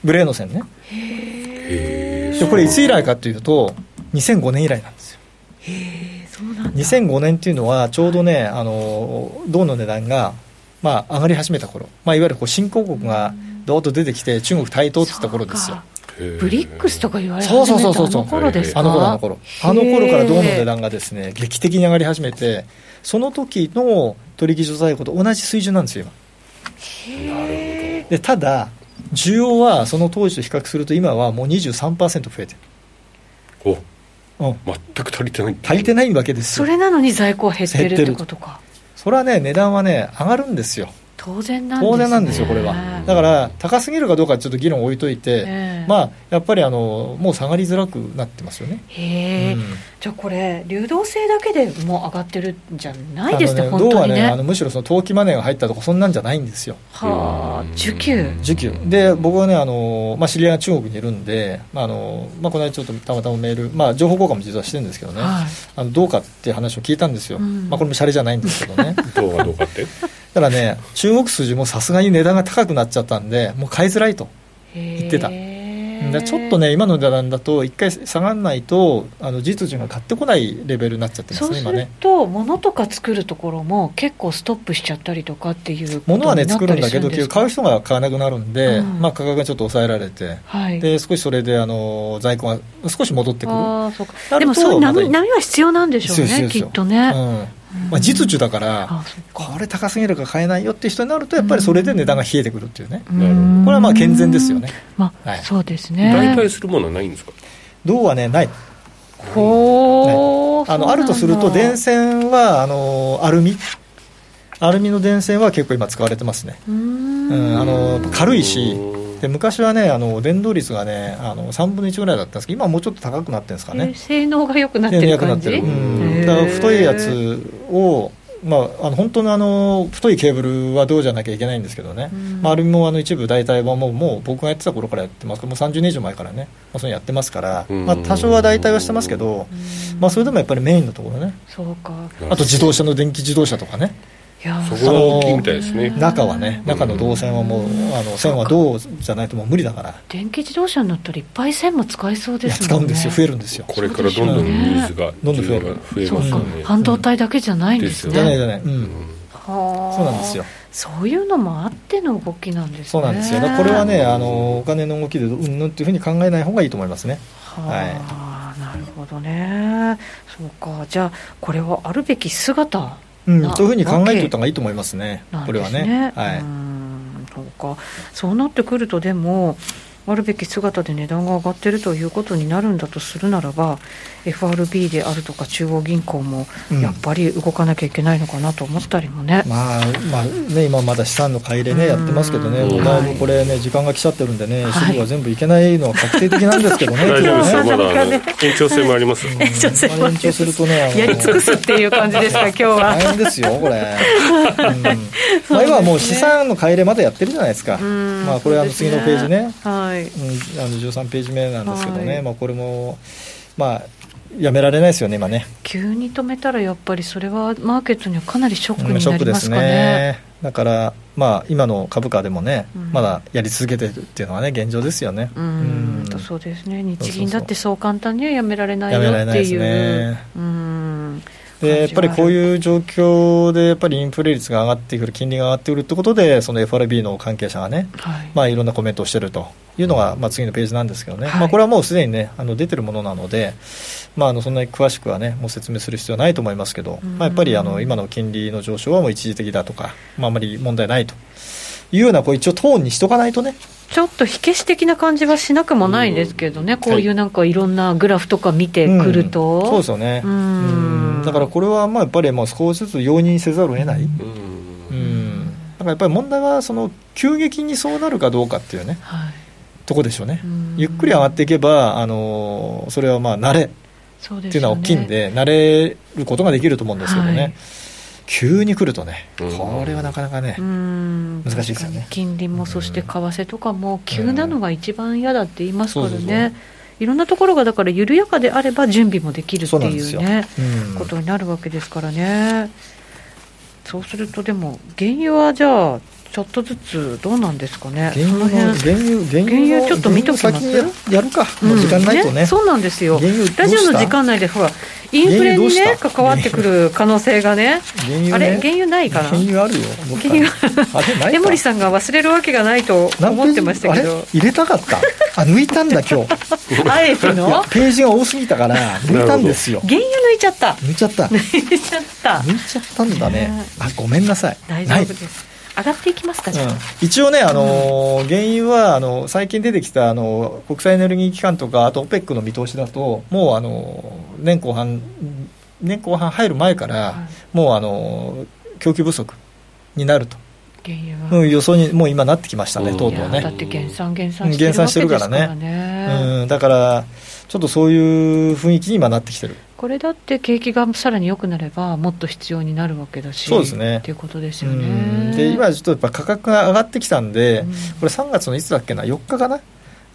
S2: グレーの線ね
S3: へー
S2: でこれいつ以来かというと2005年以来なんですよ
S5: えーそうなんだ
S2: 2005年っていうのはちょうどねあの銅の値段がまあ上がり始めた頃、まあ、いわゆるこう新興国がどーっと出てきて中国台頭って言った頃ですよ
S3: へー
S5: ブリックスとか言われ始
S2: そ
S5: め
S2: う
S5: た
S2: そう
S5: あ
S2: そうそうそう
S5: の頃ですか
S2: あの頃あの頃あの頃から銅の値段がですね劇的に上がり始めてその時の取引所在庫と同じ水準なんですよ今
S5: へ
S2: でただ需要はその当時と比較すると今はもう23%増えて
S3: お
S2: る、うん、
S3: 全く足りてない
S2: 足りて
S3: ない
S2: ないわけです
S5: そ
S2: よ
S5: れなのに在庫は減ってるっ
S2: 減って
S5: て
S2: る
S5: ことか
S2: それはね値段はね上がるんですよ
S5: 当然なんですね
S2: 当然なんですよこれはだから高すぎるかどうかちょっと議論置いといて、
S5: ええ
S2: まあやっぱりあのもう下がりづらくなってますよね
S5: へえ、
S2: うん
S5: じゃあこれ流動性だけでもう上がってるんじゃないですね
S2: あの
S5: 本
S2: 銅
S5: 当
S2: は
S5: に
S2: ね
S5: ね
S2: あのむしろその投機マネーが入ったとかそんなんじゃないんですよ
S5: はあ
S3: うん
S5: 需給
S2: 需給で僕はねあの、まあ、知り合いが中国にいるんで、まああのまあ、この間ちょっとたまたまメール、まあ、情報交換も実はしてるんですけどね、
S5: はい
S2: あのどうかっていう話を聞いたんですよ、
S5: うん
S2: まあ、これもシャレじゃないんですけどね
S3: どうかどうかって
S2: ただね中国筋もさすがに値段が高くなっちゃったんでもう買いづらいと
S5: 言
S2: ってただちょっとね今の値段だと一回下がらないとあの実需が買ってこないレベルになっちゃってま
S5: そ
S2: す
S5: う
S2: ね
S5: す
S2: 今
S5: る
S2: ね
S5: と物とか作るところも結構ストップしちゃったりとかっていうことに
S2: 物
S5: な
S2: は
S5: った
S2: ね
S5: りす
S2: 作
S5: る
S2: る
S5: ん
S2: ん
S5: で
S2: だ
S5: すか
S2: けど結局買う人が買わなくなるんで、
S5: うん
S2: まあ、価格がちょっと抑えられて
S5: はい
S2: で少しそれであの在庫が少し戻ってくる
S5: ああそう
S2: なると
S5: かでもそういう波
S2: また
S5: 波は必要なんでしょう
S2: 必要
S5: ね
S2: 必
S5: き
S2: 要
S5: っとね、
S2: うんまあ、実需だから、
S5: あそう
S2: これ高すぎるから買えないよって人になると、やっぱりそれで値段が冷えてくるっていうね、
S5: うーん
S3: なるほど
S2: これはまあ健全ですよね、
S5: まあ、
S2: はい
S5: そうですね
S3: 代替するものはないんですか
S2: 銅はね、ない、
S5: ほー
S2: あのあるとすると、電線はあのアルミ、アルミの電線は結構今、使われてますね、
S5: うーん
S2: うん、あの軽いし
S3: うん、
S2: で昔はね、あの電動率がね、あの3分の1ぐらいだったんですけど、今はもうちょっと高くなってるんですか
S5: えー
S2: ね、
S5: 性能が良くなってる感じ
S2: 電力になってる
S5: へ
S2: う
S5: ー
S2: ん、だから太いやつを、まあ、あの本当のあの太いケーブルはどうじゃなきゃいけないんですけどね、
S5: うん
S2: まあ、アルミもあの一部代替はもうもう僕がやってた頃からやってますからもう30年以上前からね、まあ、そういうのやってますから、
S3: うん
S2: まあ、多少は代替はしてますけど、
S5: うん
S2: まあ、それでもやっぱりメインのところね
S5: そうか
S2: あと自動車の電気自動車とかね
S5: いやー
S3: そこが大きいみたいですね
S2: 中はね中の動線はもうあの線は銅じゃないともう無理だから
S5: 電気自動車になったらいっぱい線も使えそう
S2: い
S5: で
S2: や
S5: すもん
S2: 使う
S5: ね
S2: んですよ増えるんですよ
S3: これからどんどんニーズが
S2: どんどん増える
S3: 需要が増え
S5: そ
S3: ま
S5: う
S3: す
S5: か
S3: よ
S5: 半
S3: ね
S5: 導体だけじゃないんですね
S2: じゃ
S3: ですよ
S2: ない
S3: ね
S2: じゃない、う、
S3: うんん
S2: そ
S5: そう
S2: なんですよ
S5: そういうのもあっての動きなんですね
S2: そうなんですよ、だからこれはねあのお金の動きでうんぬんっていうふうに考えない方がいいと思いますね
S5: はあなるほどねそうかじゃあこれはあるべき姿
S2: うん、
S5: な
S2: というふうに考えておいた方がいいと思いますね、
S5: なん
S2: こ
S5: で
S2: れ
S5: す
S2: は
S5: ね
S2: ね。は
S5: う
S2: い
S5: んそうかそうなってくるとでもあるべき姿で値段が上がってるということになるんだとするならば FRB であるとか中央銀行も
S2: うん
S5: やっぱり動かなきゃいけないのかなと思ったりもね、
S2: まあまあね、今まだ資産の買い入れ、ね、
S5: うん
S2: やってますけどね、
S3: うん
S2: まあ、これね、時間が来ちゃってるんでね、
S5: はい
S2: 資料は全部いけないのは確定的なんですけ どね、
S3: 大丈夫ですよ
S2: 今
S3: ま
S2: 日はね
S3: だあの延長性もあります
S5: 延長戦
S2: ま
S5: も
S2: あ延長するとね、あの
S5: やり尽くすっていう感じですか今日
S2: 大
S5: は。
S2: 変ですよ、これ、 うんまあ、今はもう資産の買い入れまだやってるじゃないですか、
S5: うん
S2: まあ、これ、あの次のページね、
S5: はい
S2: うん、あの13ページ目なんですけどね、
S5: はい
S2: まあ、これも、まあ、やめられないですよね、今ね。
S5: 急に止めたらやっぱりそれはマーケットにはかなりショック
S2: うん
S5: に
S2: ショ
S5: な
S2: ック
S5: り
S2: で
S5: ますすかね。
S2: ね。だから、まあ、今の株価でもね、
S5: うん
S2: まだやり続けてるっていうのはね、現状ですよね。
S5: う
S2: うんん
S5: とそうですね
S2: そうそ
S5: 日
S2: うそう
S5: 銀だってそう簡単にはやめられないよ
S2: やめられ
S5: っ
S2: ない
S5: て
S2: です
S5: いう
S2: ね
S5: うん
S2: で、やっぱりこう
S5: う
S2: いう状況で、やっぱりインフレ率が上がってくる、金利が上がってくるってことで、その FRB の関係者がね、
S5: はい
S2: まあ、いろんなコメントをしてるというのが、まあ、次のページなんですけどね、
S5: はい
S2: まあ、これはもうすでにね、あの出てるものなので、まあ、あのそんなに詳しくはね、もう説明する必要はないと思いますけど、
S5: うん
S2: まあ、やっぱりあの今の金利の上昇はもう一時的だとか、まあ、あまり問題ないというような、こう一応、トーンにしとかないとね、
S5: ちょっと火消し的な感じはしなくもないですけどね、こういうなんかいろんなグラフとか見てくると、
S2: うんそうですよね
S5: う
S2: うんんだからこれはまあやっぱりもう少しずつ容認せざるを得ない、うん
S3: うん
S2: だからやっぱり問題はその急激にそうなるかどうかっていうね
S5: はい
S2: とこでしょうね
S5: うん
S2: ゆっくり上がっていけば、あのーそれはまあ慣れっ
S5: そうで
S2: て
S5: す
S2: いうのは
S5: よね
S2: 大きいんで慣れることができると思うんですけどね、
S5: はい
S2: 急に来るとね
S3: うん
S2: これはなかなかね、
S5: うん
S2: 難しいですよね
S5: 確かに金利もそして為替とかも急なのが一番嫌だって言いますから
S2: そうそうそう
S5: ね、いろんなところがだから緩やかであれば準備もできるって
S2: そうなんで
S5: い
S2: すよ
S5: うね
S2: うん
S5: ことになるわけですからね。そうするとでも原油はじゃあちょっとずつどうなんですかね。
S2: 原油の
S5: その
S2: 原
S5: 辺
S2: 油原
S5: 原油ちょっと見ときます
S2: 原油先ややるか、もう時間ないと
S5: うん
S2: ね
S5: そうなんですよ
S2: 原油どうした
S5: ラジオの時間内でほらインフ
S2: 原油
S5: レに
S2: ど
S5: ね
S2: うした
S5: 関わってくる可能性がね
S2: 原油ね
S5: あれ原油ないかな
S2: 原油あるよどっかに
S5: 原
S2: あれないか
S5: 江森さんが忘れるわけがないと
S2: 何ページ
S5: 思ってましたけ
S2: あれ
S5: ど
S2: 入れたかったあ抜いたんだ今日
S5: あえて
S2: い
S5: の
S2: やページが多すぎたから抜いたんですよ
S5: 原油抜いちゃった
S2: 抜いちゃった抜い
S5: 抜いちゃった
S2: ちゃったんだね
S5: ね
S2: あごめんなさい
S5: 大丈夫です上がっていきますかじ
S2: な
S5: ゃ
S2: いうん
S5: あ、
S2: 一応ね、あのー原油はあの最近出てきたあの国際エネルギー機関とか、あと OPEC の見通しだと、もうあの年後半、年後半入る前から、
S5: はい
S2: もうあの供給不足になると、
S5: 原油は、
S2: うん、予想にもう今なってきましたね、
S3: うん
S2: とう
S5: い
S2: とう
S5: やだ
S2: ね
S5: っ。て減産減
S2: う
S5: 産
S2: ん
S5: してる
S2: 減
S5: わ
S2: 産して
S5: け
S2: る
S5: で
S2: か
S5: すからら
S2: ね
S5: ね、
S2: うん、だから、ちょっとそういう雰囲気に今なってきてる。
S5: これだって景気がさらに良くなればもっと必要になるわけだし
S2: そうですね
S5: っていうことですよ
S2: うん
S5: ね
S2: で今ちょっとやっぱ価格が上がってきたんで、
S5: うん
S2: これ3月のいつだっけな4日かな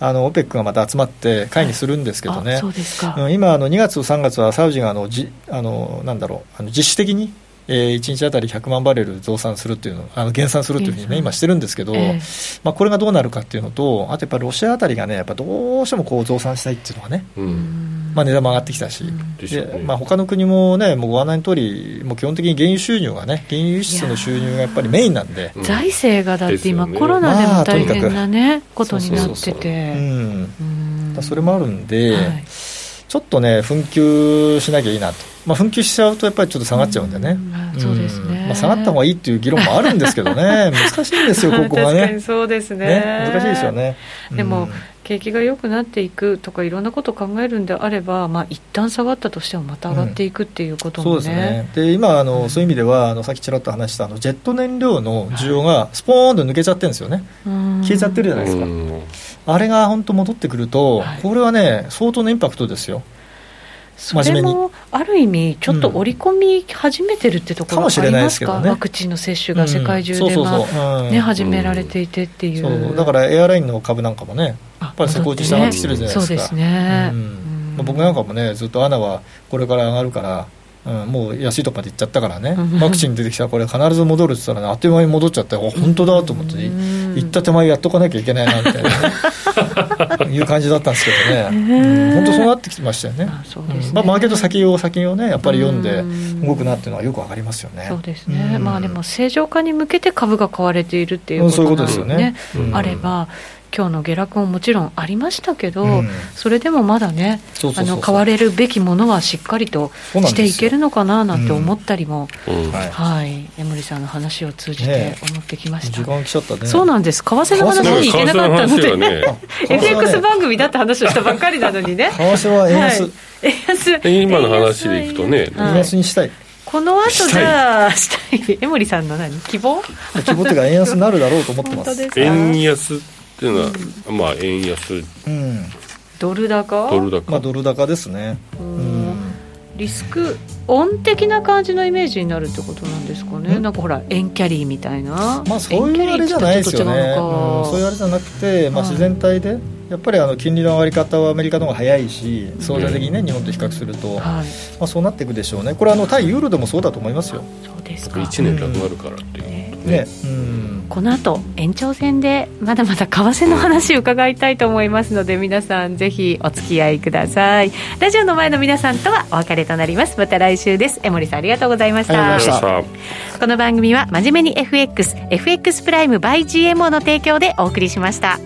S2: あの OPEC がまた集まって会議するんですけど
S5: あ
S2: ね、
S5: そうですか、
S2: うん今あの2月と3月はサウジがあのじあのなんだろうあの実質的に、え1日あたり100万バレル増産するっていうのあの減産するっていうふうに
S5: 減
S2: ね
S5: 産
S2: 今してるんですけど、
S5: ええ
S2: まあ、これがどうなるかっていうのとあとやっぱりロシアあたりがねやっぱどうしてもこう増産したいっていうのがね、
S3: うん
S2: まあ、値段も上がってきたし。
S5: うん
S3: でしょうね
S2: でまあ他の国もね、もうご案内の通り、もう基本的に原油収入がね、原油輸出の収入がやっぱりメインなんで、
S3: うん
S5: 財政がだって今、
S3: ですよね
S5: コロナで
S2: ま
S5: も
S2: あと
S5: 大
S2: にかく
S5: 変なね、ことにな
S2: そう
S5: って
S2: そうそうそう
S5: て、
S2: うん、
S5: う
S2: だ
S5: ん
S2: からそれもあるんで、
S5: はい
S2: ちょっとね、紛糾しなきゃいいなと、まあ、紛糾しちゃうとやっぱりちょっと下がっちゃうんでね、
S5: うんあそうですね
S2: んまあ、下がった方がいいっていう議論もあるんですけど ね、難しいんですよ、ここが
S5: 確かに
S2: ね。
S5: そうですね
S2: ね、難しいですよね。
S5: でも
S2: うん
S5: 景気が良くなっていくとかいろんなことを考えるんであれば、まあ一旦下がったとしてもまた上がっていくっていうこと
S2: そう
S5: も
S2: です
S5: ね、
S2: ねで今あの、そういう意味ではあのさっきちらっと話したあのジェット燃料の需要がスポーンと抜けちゃってるんですよね、
S5: うん
S2: 消えちゃってるじゃないですか、あれが本当戻ってくると、
S5: はい
S2: これはね相当なインパクトですよ
S5: それ
S2: 真面目
S5: もある意味、ちょっと織り込み始めてるってところ
S2: か
S5: は
S2: もし
S5: あ
S2: れ
S5: り
S2: ない
S5: ま
S2: です
S5: す
S2: けど
S5: か、
S2: ね
S5: ワクチンの接種が世界中
S2: うん
S5: で
S2: そう
S5: ま
S2: そう
S5: あ
S2: そう、うん
S5: ね始められていてっていう、
S2: そうだからエアラインの株なんかもね
S5: や
S2: やっぱりそこを下
S3: 上
S2: が
S3: が
S2: っ
S3: って
S2: き
S3: てき
S2: て
S3: て
S2: る
S3: る
S2: じ
S3: じ
S2: ゃ
S3: ゃ
S2: な
S3: ない
S5: い
S2: で
S5: ですす
S2: か、
S5: かそうですね
S2: うん
S5: うん
S2: 僕なんかもねずっとアナはこれから上がるから、うん、もう安いとこまで行っちゃったからね
S5: うん
S2: ワクチン出てきたらこれ必ず戻るって言ったら、ね、あっという間に戻っちゃってあ本当だと思って、
S5: うん
S2: 行った手前やっとかなきゃいけないなみたい な、ね、いう感じだったんですけどね、うん本当そうなってきましたよね
S5: あそうですね
S2: んまあ、マーケット先を先をねやっぱり読んで
S5: うん
S2: 動くなっていうのはよくわかりますよね
S5: そうですね、
S2: うん
S5: まあでも正常化に向けて株が買われているっていう
S2: う
S5: こ
S2: んそういう
S5: と
S2: こと
S5: な
S2: で
S5: の
S2: す
S5: で
S2: よ
S5: ね、
S2: ねうん
S5: あれば今日の下落ももちろんありましたけど、
S2: うん
S5: それでもまだね
S2: そうそ
S5: あ
S2: うそうそう
S5: の買われるべきものはしっかりと
S2: そうなん
S5: し
S2: ですよ
S5: ていけるのかななんて思ったりも、
S3: うん
S2: はい
S5: はい江森さんの話を通じて
S2: ね
S5: 思ってきまし
S2: 時
S5: た。
S2: 間来ちゃったね
S5: そうなんです為替の話
S2: 為替
S5: に行けなかったので、
S3: 為替の話 はね
S2: 為
S5: FX
S2: 替はね
S5: 番組だって話をしたばっかりなのにね
S2: 為替は円安、
S5: はい円安
S3: 今の話でいくとね
S5: 円安はい
S2: 円安にしたい
S5: この後じゃあしたい江森さんの何希望
S2: 規模手が円安になるだろうと思ってま
S5: 本当ですすか
S3: 円安っていうのは、まあ円安
S2: うん
S5: ドル高
S3: ドル高、
S2: まあドル高ですね
S5: う
S2: うんん
S5: リスクオン的な感じのイメージになるってことなんですかね
S2: ん
S5: なんかほら円キャリーみたいな
S2: まあそういうあれじゃないですよね、
S5: 円キャリーっ
S2: うん
S5: てちょっ
S2: そう
S5: と
S2: いう
S5: 違うのか
S2: あれじゃなくて、まあ、
S5: はい
S2: 自然体でやっぱりあの金利の上がり方はアメリカの方が早いし相対的にね日本と比較すると、ま
S5: はい
S2: あ、そうなっていくでしょうねこれあの対ユーロでもそうだと思いますよ
S5: そうですか
S3: 1年なくなるからっていうことね
S2: ねうん
S5: この後延長戦でまだまだ為替の話を伺いたいと思いますので皆さんぜひお付き合いくださいラジオの前の皆さんとはお別れとなりますまた来週です江森さんありがとうございました
S2: ありがとうございました
S3: さあ
S5: この番組は真面目に FXFX プライム by GMO の提供でお送りしました